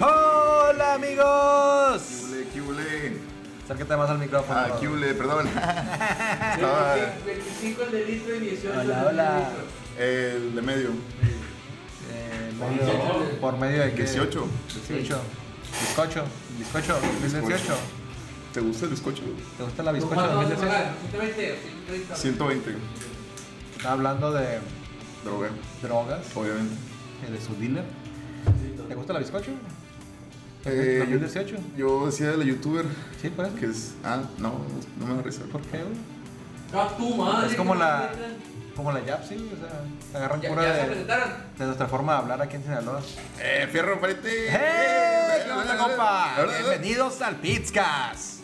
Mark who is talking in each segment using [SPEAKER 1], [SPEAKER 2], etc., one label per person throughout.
[SPEAKER 1] Hola amigos.
[SPEAKER 2] Kiule, Kiule.
[SPEAKER 1] Acércate más al micrófono.
[SPEAKER 2] Ah, Kiule, perdón. Estaba
[SPEAKER 3] 25 el de litro y 18 el de
[SPEAKER 1] Hola, hola.
[SPEAKER 2] el de medio.
[SPEAKER 1] Eh, medio- por medio de qué?
[SPEAKER 2] 18.
[SPEAKER 1] 18. Bizcocho. Bizcocho 2018.
[SPEAKER 2] ¿Te gusta el bizcocho?
[SPEAKER 1] ¿Te gusta la bizcocho
[SPEAKER 3] ¿Cuánto vamos a
[SPEAKER 1] 2018?
[SPEAKER 3] pagar? 120 o 130.
[SPEAKER 2] 120.
[SPEAKER 1] Está hablando de
[SPEAKER 2] Droga,
[SPEAKER 1] drogas,
[SPEAKER 2] obviamente.
[SPEAKER 1] eh, de su dealer. ¿Te gusta la bizcocho?
[SPEAKER 2] Eh, yo-
[SPEAKER 1] 2018.
[SPEAKER 2] Yo decía de la youtuber
[SPEAKER 1] Sí, por eso.
[SPEAKER 2] que es. Ah, no, no me da risa.
[SPEAKER 1] ¿Por qué, güey?
[SPEAKER 3] Ah, tu madre,
[SPEAKER 1] Es como
[SPEAKER 3] que
[SPEAKER 1] la,
[SPEAKER 3] no me
[SPEAKER 1] como la Yapsi, güey, o sea, se agarran
[SPEAKER 3] Ya,
[SPEAKER 1] pura
[SPEAKER 3] ya se
[SPEAKER 1] de,
[SPEAKER 3] presentaron.
[SPEAKER 1] de nuestra forma de hablar aquí en Sinaloa.
[SPEAKER 2] ¡Eh, fierro, pariente!
[SPEAKER 1] ¡Hey! ¿Qué onda, compa?
[SPEAKER 2] Eh, eh, eh.
[SPEAKER 1] Bienvenidos al Pizcas.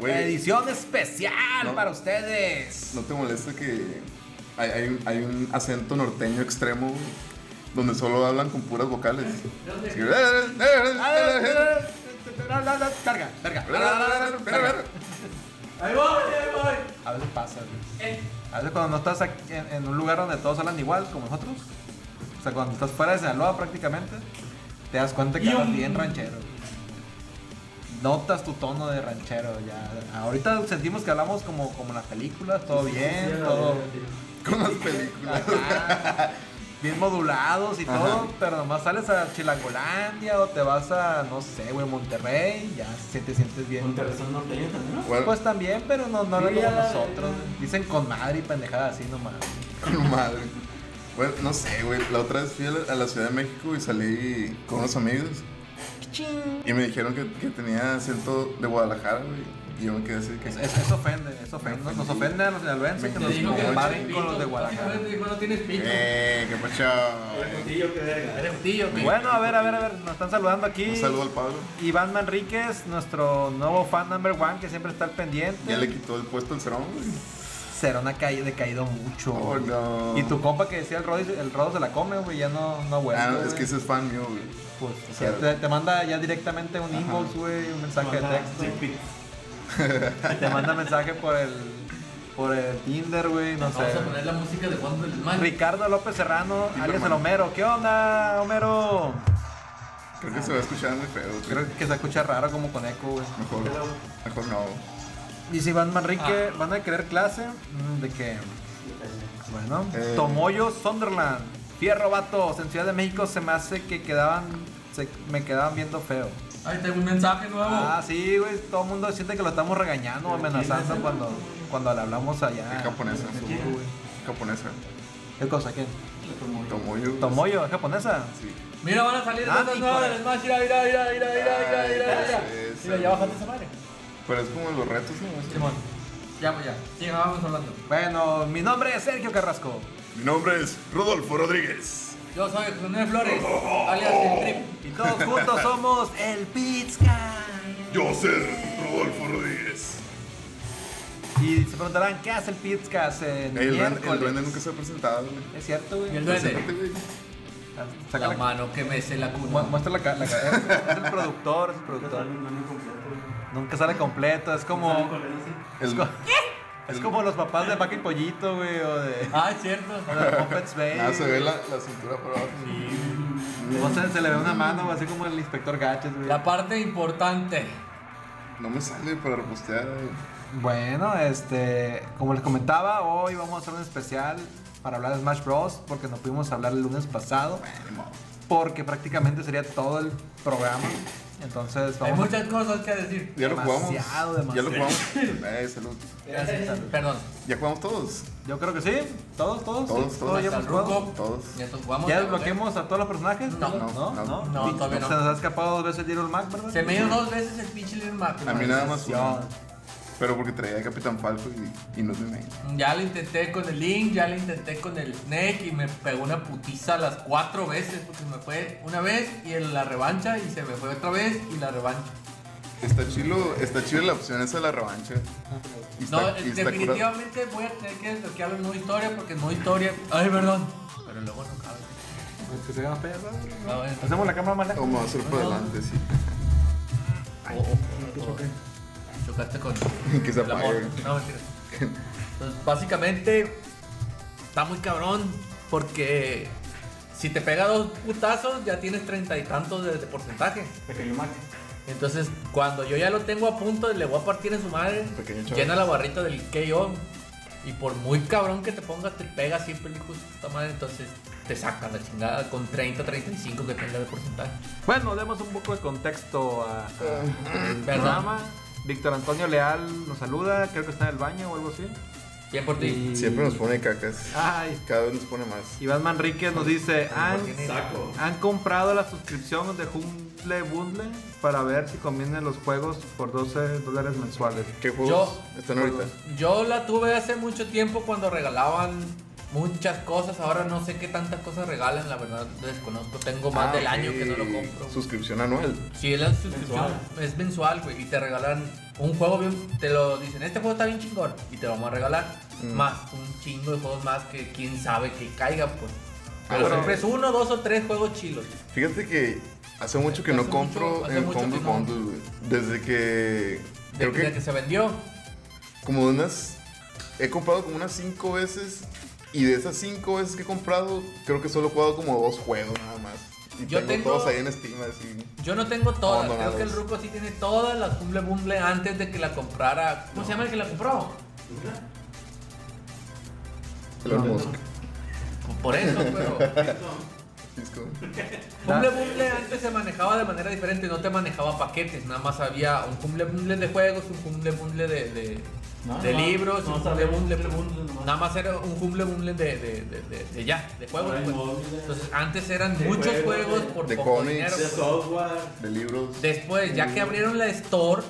[SPEAKER 2] Güey.
[SPEAKER 1] Edición especial
[SPEAKER 2] No.
[SPEAKER 1] para ustedes.
[SPEAKER 2] ¿No te molesta que hay, hay un, hay un acento norteño extremo donde solo hablan con puras vocales?
[SPEAKER 3] ¿Dónde?
[SPEAKER 2] Sí. Espera,
[SPEAKER 1] Carga, carga.
[SPEAKER 2] espera, espera.
[SPEAKER 3] Ahí voy, ahí voy.
[SPEAKER 1] A veces pasa, güey.
[SPEAKER 3] Eh,
[SPEAKER 1] A veces cuando no estás aquí- en, en un lugar donde todos hablan igual como nosotros, o sea, cuando estás fuera de Sinaloa prácticamente, te das cuenta que
[SPEAKER 3] Y un-
[SPEAKER 1] hablas bien ranchero. Notas tu tono de ranchero ya. Ahorita sentimos que hablamos como, como en las películas, todo bien, todo
[SPEAKER 2] Con las películas.
[SPEAKER 1] acá, bien modulados y
[SPEAKER 2] Ajá.
[SPEAKER 1] todo, pero nomás sales a Chilangolandia o te vas a, no sé, güey, Monterrey, ya se te sientes bien.
[SPEAKER 4] Monterrey son norteños también, ¿no?
[SPEAKER 2] Bueno,
[SPEAKER 1] Pues también, pero no, no hablan
[SPEAKER 4] Sí,
[SPEAKER 1] como
[SPEAKER 4] ya,
[SPEAKER 1] nosotros.
[SPEAKER 4] ya.
[SPEAKER 1] Dicen con madre y pendejada así nomás.
[SPEAKER 2] Con madre. Bueno, no sé, güey. La otra vez fui a la, a la Ciudad de México y salí con unos amigos. Y me dijeron que, que tenía acento de Guadalajara, güey. Y yo me quedé así que.
[SPEAKER 1] Es- es- eso ofende, eso ofende. Nos, nos ofende a los sinaloenses que
[SPEAKER 2] Me
[SPEAKER 1] nos
[SPEAKER 2] dijo que no
[SPEAKER 1] comparen
[SPEAKER 3] tienes
[SPEAKER 1] con los de
[SPEAKER 3] pito.
[SPEAKER 1] Guadalajara.
[SPEAKER 3] Básicamente dijo, no tienes pito.
[SPEAKER 2] ¡Eh! ¡Qué
[SPEAKER 4] El
[SPEAKER 2] pacho!
[SPEAKER 4] puntillo, qué verga.
[SPEAKER 3] Eres putillo, güey.
[SPEAKER 1] Bueno, a ver, a ver, a ver, nos están saludando aquí.
[SPEAKER 2] Un saludo al Pablo.
[SPEAKER 1] Iván Manríquez, nuestro nuevo fan number one que siempre está al pendiente.
[SPEAKER 2] Ya le quitó el puesto al cerón, güey.
[SPEAKER 1] Cerón ha caído, decaído mucho.
[SPEAKER 2] Oh, no.
[SPEAKER 1] Y tu compa que decía el Rodos, el Rodos se la come, güey, ya no, no vuelve.
[SPEAKER 2] Ah,
[SPEAKER 1] güey.
[SPEAKER 2] es que ese es fan mío, güey.
[SPEAKER 1] Pues, o sea, te, te manda ya directamente un
[SPEAKER 2] Ajá.
[SPEAKER 1] inbox, güey, un mensaje de
[SPEAKER 4] Manda
[SPEAKER 1] texto.
[SPEAKER 4] dick pics.
[SPEAKER 1] Te manda mensaje por el, por el Tinder, güey, no sé.
[SPEAKER 3] Vamos a poner la música de Juan del Mal.
[SPEAKER 1] Ricardo López Serrano,
[SPEAKER 2] Timberman.
[SPEAKER 1] alias el Homero. ¿Qué onda, Homero?
[SPEAKER 2] Creo que se va a escuchar muy feo, güey.
[SPEAKER 1] Creo que se escucha raro como con eco, güey.
[SPEAKER 2] Mejor, mejor no.
[SPEAKER 1] Dice Iván
[SPEAKER 3] Ah.
[SPEAKER 1] Manrique, ¿van a querer clase? Mm, ¿De qué? Bueno,
[SPEAKER 2] Eh.
[SPEAKER 1] Tomoyo Sunderland. Fierro Vatos, en Ciudad de México se me hace que quedaban, se- me quedaban viendo feo.
[SPEAKER 3] Ahí tengo un mensaje nuevo.
[SPEAKER 1] Ah, sí, güey, todo el mundo siente que lo estamos regañando o amenazando cuando, cuando le hablamos allá.
[SPEAKER 2] Es japonesa.
[SPEAKER 1] Sur, Ah, güey.
[SPEAKER 2] Japonesa.
[SPEAKER 1] ¿Qué cosa? ¿Quién?
[SPEAKER 2] Tomoyo.
[SPEAKER 1] Tomoyo, ¿es japonesa?
[SPEAKER 2] Sí.
[SPEAKER 3] Mira, van a salir
[SPEAKER 1] Ah,
[SPEAKER 3] cosas
[SPEAKER 1] hijo
[SPEAKER 3] nuevas
[SPEAKER 1] de-
[SPEAKER 3] del Smash. Mira, mira, mira, mira, mira,
[SPEAKER 2] Ay,
[SPEAKER 3] mira, mira.
[SPEAKER 2] ese.
[SPEAKER 3] Mira, ya bajaste esa madre.
[SPEAKER 2] Pero es como los retos, ¿no?
[SPEAKER 3] Simón. Ya, pues ya. Sí, vamos hablando.
[SPEAKER 1] Bueno, mi nombre es Sergio Carrasco.
[SPEAKER 2] Mi nombre es Rodolfo Rodríguez.
[SPEAKER 3] Yo soy José Flores, alias El Trip.
[SPEAKER 1] Y todos juntos somos el Pizca.
[SPEAKER 2] Yo ser Rodolfo Rodríguez.
[SPEAKER 1] Y se preguntarán, ¿qué hace el Pizca? El,
[SPEAKER 2] El, duen- el
[SPEAKER 1] miércoles?
[SPEAKER 2] duende nunca se ha presentado, güey.
[SPEAKER 1] Es cierto, güey.
[SPEAKER 3] Y el duende.
[SPEAKER 2] Preséntate, güey.
[SPEAKER 1] Saca
[SPEAKER 3] La
[SPEAKER 1] la-
[SPEAKER 3] mano que mece la
[SPEAKER 1] mu-
[SPEAKER 3] cuna.
[SPEAKER 1] Muestra la cara. Es el productor, es el productor. Nunca sale completo, es como. Es,
[SPEAKER 2] El-
[SPEAKER 1] co- es como los papás de Paco y Pollito, güey, o de.
[SPEAKER 3] Ah, es cierto.
[SPEAKER 1] o de Muppets Baby.
[SPEAKER 2] Ah, se ve la, la cintura por abajo.
[SPEAKER 1] No sé, se le ve una mano, güey, así como el inspector Gaches, güey.
[SPEAKER 3] La parte importante.
[SPEAKER 2] No me sale para repostear. güey.
[SPEAKER 1] Bueno, este, como les comentaba, hoy vamos a hacer un especial para hablar de Smash Bros. porque no pudimos hablar el lunes pasado,
[SPEAKER 2] Ni modo.
[SPEAKER 1] porque prácticamente sería todo el programa. Entonces,
[SPEAKER 3] Hay
[SPEAKER 1] vamos a...
[SPEAKER 3] muchas cosas que decir.
[SPEAKER 2] Ya lo jugamos.
[SPEAKER 1] Demasiado,
[SPEAKER 2] Ya
[SPEAKER 1] demasiado.
[SPEAKER 2] lo jugamos. Eh, salud.
[SPEAKER 3] Gracias. Perdón.
[SPEAKER 2] Ya jugamos todos.
[SPEAKER 1] Yo creo que sí, todos, todos, sí,
[SPEAKER 2] Todos, todos.
[SPEAKER 1] ya
[SPEAKER 3] Hasta
[SPEAKER 1] hemos
[SPEAKER 3] el
[SPEAKER 1] jugado.
[SPEAKER 3] ruco.
[SPEAKER 2] Todos.
[SPEAKER 3] Ya estos jugamos.
[SPEAKER 1] ¿Ya desbloqueamos a todos los personajes?
[SPEAKER 3] No,
[SPEAKER 1] no,
[SPEAKER 2] no,
[SPEAKER 1] no.
[SPEAKER 2] no,
[SPEAKER 3] no, todavía no.
[SPEAKER 1] Se nos ha escapado dos veces el Little Mac, ¿verdad?
[SPEAKER 3] Se me dio dos veces el pinche Little Mac.
[SPEAKER 2] A mí nada más uno.
[SPEAKER 1] Maldición.
[SPEAKER 2] Pero porque traía a Capitán Falco y, y no es mi main.
[SPEAKER 3] Ya lo intenté con el Link, ya lo intenté con el Snake y me pegó una putiza las cuatro veces porque me fue una vez y en la revancha y se me fue otra vez y la revancha.
[SPEAKER 2] Está chilo, está chilo la opción esa de la revancha. Y
[SPEAKER 3] No,
[SPEAKER 2] está- y está curada.
[SPEAKER 3] definitivamente voy a tener que desbloquear el modo historia porque el modo historia. Ay, perdón. Pero luego no cabe.
[SPEAKER 1] Pues que se vean feas, ¿verdad?
[SPEAKER 3] Ah, bueno.
[SPEAKER 1] Hacemos la cámara más lejos.
[SPEAKER 2] Vamos a hacer para adelante, sí.
[SPEAKER 3] Oh, oh, oh, oh. Chocaste con.
[SPEAKER 2] Que se
[SPEAKER 3] el amor.
[SPEAKER 2] apague.
[SPEAKER 3] No, mentira. Entonces, básicamente, está muy cabrón porque Si te pega dos putazos, ya tienes treinta y tantos de, de porcentaje.
[SPEAKER 4] Pequeño Mac.
[SPEAKER 3] Entonces, cuando yo ya lo tengo a punto, le voy a partir en su madre,
[SPEAKER 2] Pequeño chaval.
[SPEAKER 3] llena la barrita del KO. Y por muy cabrón que te pongas, te pega siempre el hijo de su puta madre. Entonces, te sacan la chingada con 30, 35 que tenga de porcentaje.
[SPEAKER 1] Bueno, demos un poco de contexto a- al
[SPEAKER 3] Perdón.
[SPEAKER 1] programa. Víctor Antonio Leal nos saluda, creo que está en el baño o algo así.
[SPEAKER 3] Bien por ti.
[SPEAKER 1] Y-
[SPEAKER 2] Siempre nos pone cacas.
[SPEAKER 1] Ay,
[SPEAKER 2] Cada vez nos pone más.
[SPEAKER 1] Iván Manríquez nos dice, han,
[SPEAKER 4] Saco.
[SPEAKER 1] han comprado la suscripción de Humble Bundle para ver si convienen los juegos por 12 dólares mensuales.
[SPEAKER 2] ¿Qué juegos
[SPEAKER 3] Yo-
[SPEAKER 2] están ahorita?
[SPEAKER 3] Yo la tuve hace mucho tiempo cuando regalaban muchas cosas. Ahora no sé qué tantas cosas regalan, la verdad desconozco. Tengo más
[SPEAKER 2] Ah,
[SPEAKER 3] del año
[SPEAKER 2] ok.
[SPEAKER 3] que no lo compro.
[SPEAKER 2] Suscripción anual.
[SPEAKER 3] Si es la suscripción,
[SPEAKER 4] Mensual.
[SPEAKER 3] es mensual, güey. Y te regalan un juego bien. Te lo dicen, este juego está bien chingón. Y te lo vamos a regalar.
[SPEAKER 2] Mm.
[SPEAKER 3] Más un chingo de juegos más que quién sabe que caiga, pues. Pero
[SPEAKER 2] bueno.
[SPEAKER 3] siempre es uno, dos o tres juegos chilos.
[SPEAKER 2] Fíjate que hace mucho que
[SPEAKER 3] Hace
[SPEAKER 2] no compro
[SPEAKER 3] mucho- hace
[SPEAKER 2] en
[SPEAKER 3] mucho
[SPEAKER 2] Humble
[SPEAKER 3] que no.
[SPEAKER 2] Bundle, güey. Desde que. Creo
[SPEAKER 3] Desde que...
[SPEAKER 2] que
[SPEAKER 3] se vendió.
[SPEAKER 2] como unas. He comprado como unas 5 veces. Y de esas 5 veces que he comprado, creo que solo he jugado como dos juegos nada más. Y
[SPEAKER 3] Yo
[SPEAKER 2] tengo,
[SPEAKER 3] tengo-
[SPEAKER 2] todos ahí en Steam, así.
[SPEAKER 3] Yo no tengo todas. Creo
[SPEAKER 2] Abandonados.
[SPEAKER 3] que el Ruco sí tiene todas las Humble Bumble antes de que la comprara. ¿Cómo se llama el que la compró?
[SPEAKER 2] El hermoso.
[SPEAKER 3] Por eso, pero.
[SPEAKER 2] Disco.
[SPEAKER 3] Humble Bumble antes se manejaba de manera diferente, no te manejaba paquetes, nada más había un Humble Bumble de juegos, un Humble Bumble de, de,
[SPEAKER 4] No,
[SPEAKER 3] de
[SPEAKER 4] no,
[SPEAKER 3] libros,
[SPEAKER 4] no,
[SPEAKER 3] un
[SPEAKER 4] está
[SPEAKER 3] Humble
[SPEAKER 4] bien,
[SPEAKER 3] Bumble,
[SPEAKER 4] Humble Bumble nomás.
[SPEAKER 3] nada más era un Humble Bumble de, de, de, de- de ya, de juegos.
[SPEAKER 4] Ahora hay
[SPEAKER 3] pues.
[SPEAKER 4] móviles.
[SPEAKER 3] Entonces antes eran
[SPEAKER 4] De
[SPEAKER 3] muchos
[SPEAKER 4] juegos,
[SPEAKER 3] juegos
[SPEAKER 4] de-
[SPEAKER 3] por
[SPEAKER 2] de
[SPEAKER 3] poco
[SPEAKER 2] cómics.
[SPEAKER 3] dinero.
[SPEAKER 4] De
[SPEAKER 3] pues.
[SPEAKER 4] software.
[SPEAKER 2] De libros.
[SPEAKER 3] Después, ya
[SPEAKER 1] Mm.
[SPEAKER 3] que abrieron la store,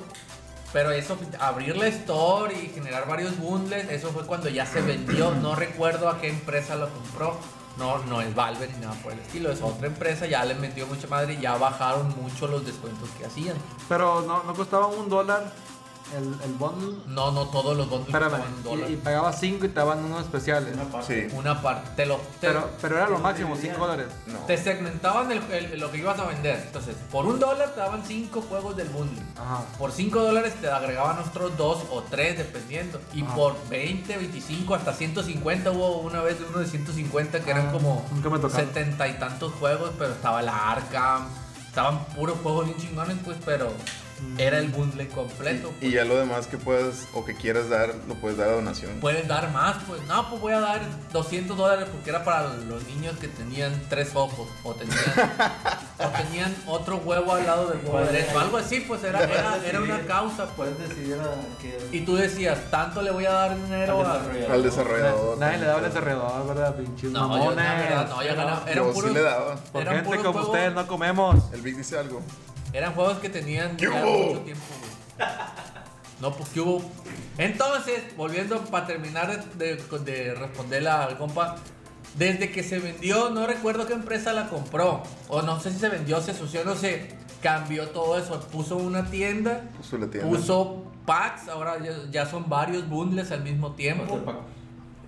[SPEAKER 3] pero eso, abrir la store y generar varios bundles, eso fue cuando ya se vendió.
[SPEAKER 1] Mm.
[SPEAKER 3] No recuerdo a qué empresa lo compró. No, no es Valve ni nada por el estilo. Es otra empresa, ya le metió mucha madre y ya bajaron mucho los descuentos que hacían.
[SPEAKER 1] Pero no, no costaba un dólar el, el bundle.
[SPEAKER 3] No, no todos los bundles
[SPEAKER 1] Espérame,
[SPEAKER 3] costaban un
[SPEAKER 1] y,
[SPEAKER 3] dólar.
[SPEAKER 1] y pagaba 5 y te daban unos especiales.
[SPEAKER 4] Una parte.
[SPEAKER 2] Sí.
[SPEAKER 3] Una parte, te lo- te-
[SPEAKER 1] Pero, pero era lo máximo, 5 dólares.
[SPEAKER 2] No.
[SPEAKER 3] te segmentaban el- el- lo que ibas a vender. Entonces, por un dólar te daban cinco juegos del bundle.
[SPEAKER 1] Ajá.
[SPEAKER 3] Por 5 dólares te agregaban otros 2 o 3 dependiendo. Y
[SPEAKER 1] Ah.
[SPEAKER 3] por 20, 25, hasta 150 hubo una vez uno de 150 que eran
[SPEAKER 1] Ah,
[SPEAKER 3] como
[SPEAKER 1] nunca me tocaron.
[SPEAKER 3] 70 y tantos juegos, pero estaba la Arkham, estaban puros juegos bien chingones, pues, pero
[SPEAKER 1] Mm.
[SPEAKER 3] era el bundle completo. pues.
[SPEAKER 2] Y ya lo demás que puedas o que quieras dar, lo puedes dar a donación.
[SPEAKER 3] Puedes dar más, pues, no, pues voy a dar 200 dólares porque era para los niños que tenían tres ojos o tenían, o tenían otro huevo al lado del huevo
[SPEAKER 4] Puedes-
[SPEAKER 3] derecho, algo así, pues era, era, era una
[SPEAKER 4] decidir-
[SPEAKER 3] causa, pues.
[SPEAKER 4] Puedes eh, decidir a qué.
[SPEAKER 3] Y tú decías, tanto le voy a dar dinero a.
[SPEAKER 2] Al desarrollador.
[SPEAKER 1] Nadie le daba el desarrollador, ¿verdad? Pinches
[SPEAKER 3] No, yo, la
[SPEAKER 1] mamones.
[SPEAKER 3] verdad, no, yo ganaba. Eran
[SPEAKER 2] Yo sí
[SPEAKER 3] puros,
[SPEAKER 2] le daba.
[SPEAKER 1] Por
[SPEAKER 3] eran
[SPEAKER 1] gente
[SPEAKER 3] puros
[SPEAKER 1] como
[SPEAKER 3] juegos-
[SPEAKER 1] ustedes no comemos.
[SPEAKER 2] El Big dice algo.
[SPEAKER 3] Eran juegos que tenían
[SPEAKER 2] ¿Qué
[SPEAKER 3] ya
[SPEAKER 2] hubo?
[SPEAKER 3] mucho tiempo, güey. No, pues que hubo. Entonces, volviendo para terminar de, de- de responderle al compa. Desde que se vendió, no recuerdo qué empresa la compró. O no sé si se vendió, se asoció, no sé. Cambió todo eso. Puso una tienda.
[SPEAKER 2] Puso la tienda.
[SPEAKER 3] Puso packs. Ahora ya, ya son varios bundles al mismo
[SPEAKER 4] Pues,
[SPEAKER 3] tiempo.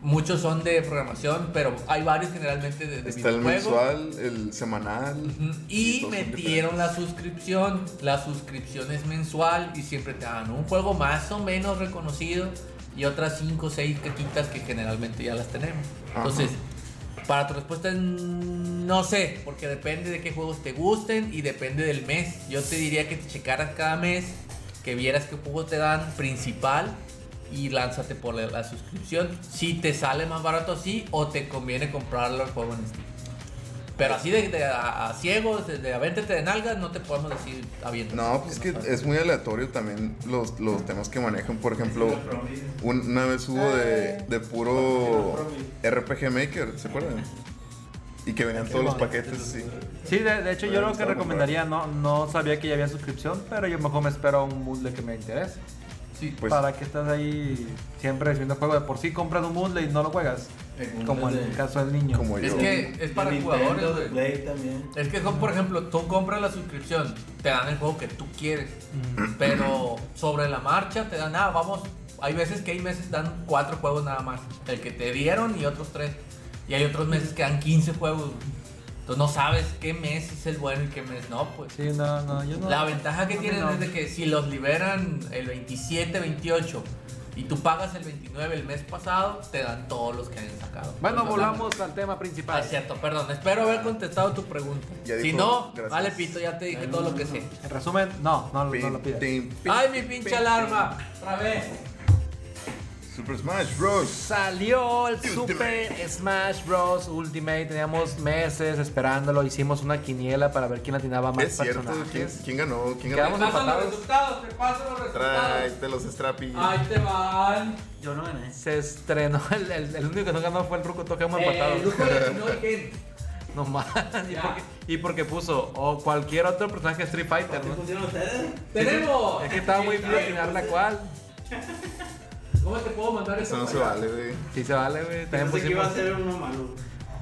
[SPEAKER 3] Muchos son de programación, pero hay varios generalmente de, de
[SPEAKER 2] Está el
[SPEAKER 3] videojuegos.
[SPEAKER 2] mensual, el semanal.
[SPEAKER 3] Ujú, Y
[SPEAKER 2] todos son
[SPEAKER 3] metieron la suscripción. La suscripción es mensual y siempre te dan un juego más o menos reconocido y otras 5 o 6 caquitas que generalmente ya las tenemos.
[SPEAKER 2] Ajá.
[SPEAKER 3] Entonces, para tu respuesta, mm, no sé, porque depende de qué juegos te gusten y depende del mes. Yo te diría que te checaras cada mes, que vieras qué juegos te dan principal y lánzate por la, la suscripción. Si te sale más barato así o te conviene comprarlo el juego en Steam. Pero así de, de a, a ciegos, de, de avéntete de nalgas, no te podemos decir habiendo.
[SPEAKER 2] No, pues es que es muy aleatorio también los, los temas que manejan. Por ejemplo, un- una vez hubo de, de puro RPG Maker, ¿se acuerdan? Y que venían todos los paquetes así.
[SPEAKER 1] Sí, de, de hecho yo lo
[SPEAKER 2] Bueno, pues.
[SPEAKER 1] que
[SPEAKER 2] está muy
[SPEAKER 1] recomendaría, no, no sabía que ya había suscripción, pero yo mejor me espero un bundle que me interese.
[SPEAKER 3] Sí.
[SPEAKER 2] Pues-
[SPEAKER 1] para que estás ahí siempre recibiendo juego. De por sí compras un bundle y no lo juegas. Como en el caso del niño.
[SPEAKER 2] Como
[SPEAKER 3] Es
[SPEAKER 2] yo.
[SPEAKER 3] que es para jugadores,
[SPEAKER 4] De
[SPEAKER 3] güey.
[SPEAKER 4] Play también.
[SPEAKER 3] Es que, como, por ejemplo, tú compras la suscripción, te dan el juego que tú quieres, pero sobre la marcha te dan, ah, vamos, hay veces que hay meses dan cuatro juegos nada más, el que te dieron y otros tres, y hay otros meses que dan 15 juegos, güey. entonces no sabes qué mes es el bueno y qué mes no, pues.
[SPEAKER 1] Sí, no, no, yo no.
[SPEAKER 3] La ventaja que
[SPEAKER 1] no,
[SPEAKER 3] tienen
[SPEAKER 1] no.
[SPEAKER 3] es de que si los liberan el 27, 28 Y tú pagas el 29 el mes pasado, te dan todos los que hayan sacado.
[SPEAKER 1] Bueno,
[SPEAKER 3] Entonces,
[SPEAKER 1] volvamos al tema
[SPEAKER 3] Ah,
[SPEAKER 1] principal.
[SPEAKER 3] es cierto, perdón. Espero haber contestado tu pregunta.
[SPEAKER 2] Ya
[SPEAKER 3] si
[SPEAKER 2] dijo,
[SPEAKER 3] no,
[SPEAKER 2] gracias.
[SPEAKER 3] vale, pito, ya te dije todo lo que sé.
[SPEAKER 1] En resumen, no, no, no lo pidas.
[SPEAKER 3] ¡Ay, mi pinche alarma! Otra vez.
[SPEAKER 2] Super Smash Bros.
[SPEAKER 1] Salió el Super Smash Bros. Ultimate. Teníamos meses esperándolo. Hicimos una quiniela para ver quién atinaba más
[SPEAKER 2] Es cierto, ¿quién,
[SPEAKER 1] personajes.
[SPEAKER 2] quién ganó? ¿Quién
[SPEAKER 1] Quedamos
[SPEAKER 2] ganó?
[SPEAKER 1] en-
[SPEAKER 3] Pasan
[SPEAKER 1] empatados.
[SPEAKER 3] los resultados, te pasan los resultados.
[SPEAKER 2] Tráete los Strappy.
[SPEAKER 3] Ahí te van.
[SPEAKER 4] Yo no gané.
[SPEAKER 1] Se estrenó. El, el- el único que no ganó fue el Ruco Toque hemos
[SPEAKER 3] Eh,
[SPEAKER 1] empatado.
[SPEAKER 3] Lujo de no gente.
[SPEAKER 1] No más. Y
[SPEAKER 3] Ya.
[SPEAKER 1] porque, y porque puso o cualquier otro personaje de Street Fighter. ¿no?
[SPEAKER 4] pusieron ustedes?
[SPEAKER 3] Tenemos.
[SPEAKER 1] Es que estaba muy bien atinar la cual.
[SPEAKER 3] ¿Cómo te puedo mandar
[SPEAKER 2] Eso
[SPEAKER 3] eso?
[SPEAKER 2] no se vale, güey.
[SPEAKER 1] Sí se vale, güey. También
[SPEAKER 4] Pensé que iba
[SPEAKER 1] pusimos
[SPEAKER 4] a ser uno malo.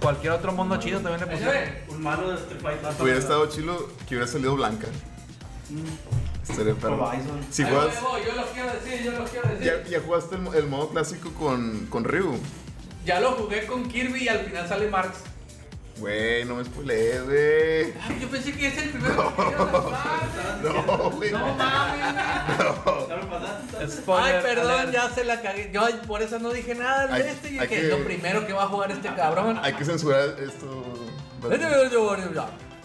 [SPEAKER 1] cualquier otro mono chino también le
[SPEAKER 3] Ahí se
[SPEAKER 1] pusimos.
[SPEAKER 3] ve.
[SPEAKER 4] Un malo de Street Fighter.
[SPEAKER 2] Hubiera estado chilo que hubiera salido blanca. Estaría perro.
[SPEAKER 4] Horizon.
[SPEAKER 2] Si
[SPEAKER 3] Ahí lo
[SPEAKER 2] juegas,
[SPEAKER 3] llevo, Yo lo quiero decir, yo lo quiero
[SPEAKER 2] ya,
[SPEAKER 3] decir.
[SPEAKER 2] ya jugaste el, el modo clásico con, con Ryu.
[SPEAKER 3] Ya lo jugué con Kirby y al final sale Marx.
[SPEAKER 2] Güey, no me spoilees, güey.
[SPEAKER 3] Ay, yo pensé que es el primero que quiero lanzar.
[SPEAKER 2] No, güey.
[SPEAKER 3] No mames. güey.
[SPEAKER 4] ¿Ya lo pasaste?
[SPEAKER 1] Spoiler
[SPEAKER 3] Ay, perdón,
[SPEAKER 1] alert.
[SPEAKER 3] ya se la cagué. Yo por eso no dije nada de
[SPEAKER 2] Hay-
[SPEAKER 3] este. Y
[SPEAKER 2] hay
[SPEAKER 3] que
[SPEAKER 2] que- Ah,
[SPEAKER 3] lo primero que va a jugar este cabrón. Este
[SPEAKER 2] Hay que censurar esto.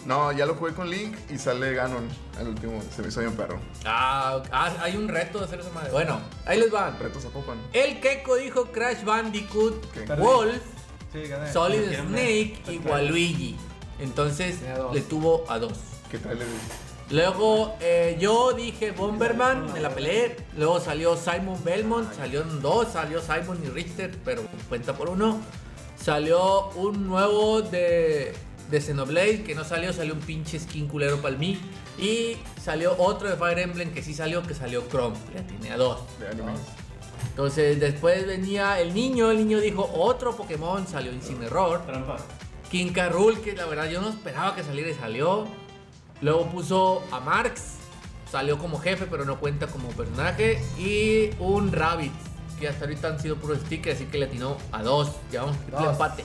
[SPEAKER 2] No, ya lo jugué con Link y sale Ganon al último. Se me hizo bien perro.
[SPEAKER 3] Ah, ah, hay un reto de hacer esa madre. Bueno, ahí les van.
[SPEAKER 2] Retos a Popan.
[SPEAKER 3] El Keko dijo Crash Bandicoot,
[SPEAKER 2] ¿Qué?
[SPEAKER 3] Wolf,
[SPEAKER 1] Sí, gané.
[SPEAKER 3] Solid
[SPEAKER 4] quieren
[SPEAKER 3] Snake y Waluigi. Entonces
[SPEAKER 1] Tenía dos.
[SPEAKER 3] le tuvo a dos.
[SPEAKER 2] ¿Qué tal, güey?
[SPEAKER 3] Luego eh, yo dije Bomberman, me la peleé. Luego salió Simon Belmont, salieron dos, salió Simon y Richter, pero cuenta por uno. Salió un nuevo de, de Xenoblade que no salió, salió un pinche skin culero para mí. Y salió otro de Fire Emblem que sí salió, que salió Chrome, le atiné a dos.
[SPEAKER 2] De anime.
[SPEAKER 3] Entonces después venía el niño, el niño dijo otro Pokémon, salió Incineroar.
[SPEAKER 4] Trampa.
[SPEAKER 3] King Carrul, que la verdad yo no esperaba que saliera y salió. Luego puso a Marx, salió como jefe, pero no cuenta como personaje. Y un Rabbit, que hasta ahorita han sido puros stickers, así que le atinó a dos. Llevamos triple
[SPEAKER 1] Dos.
[SPEAKER 3] empate.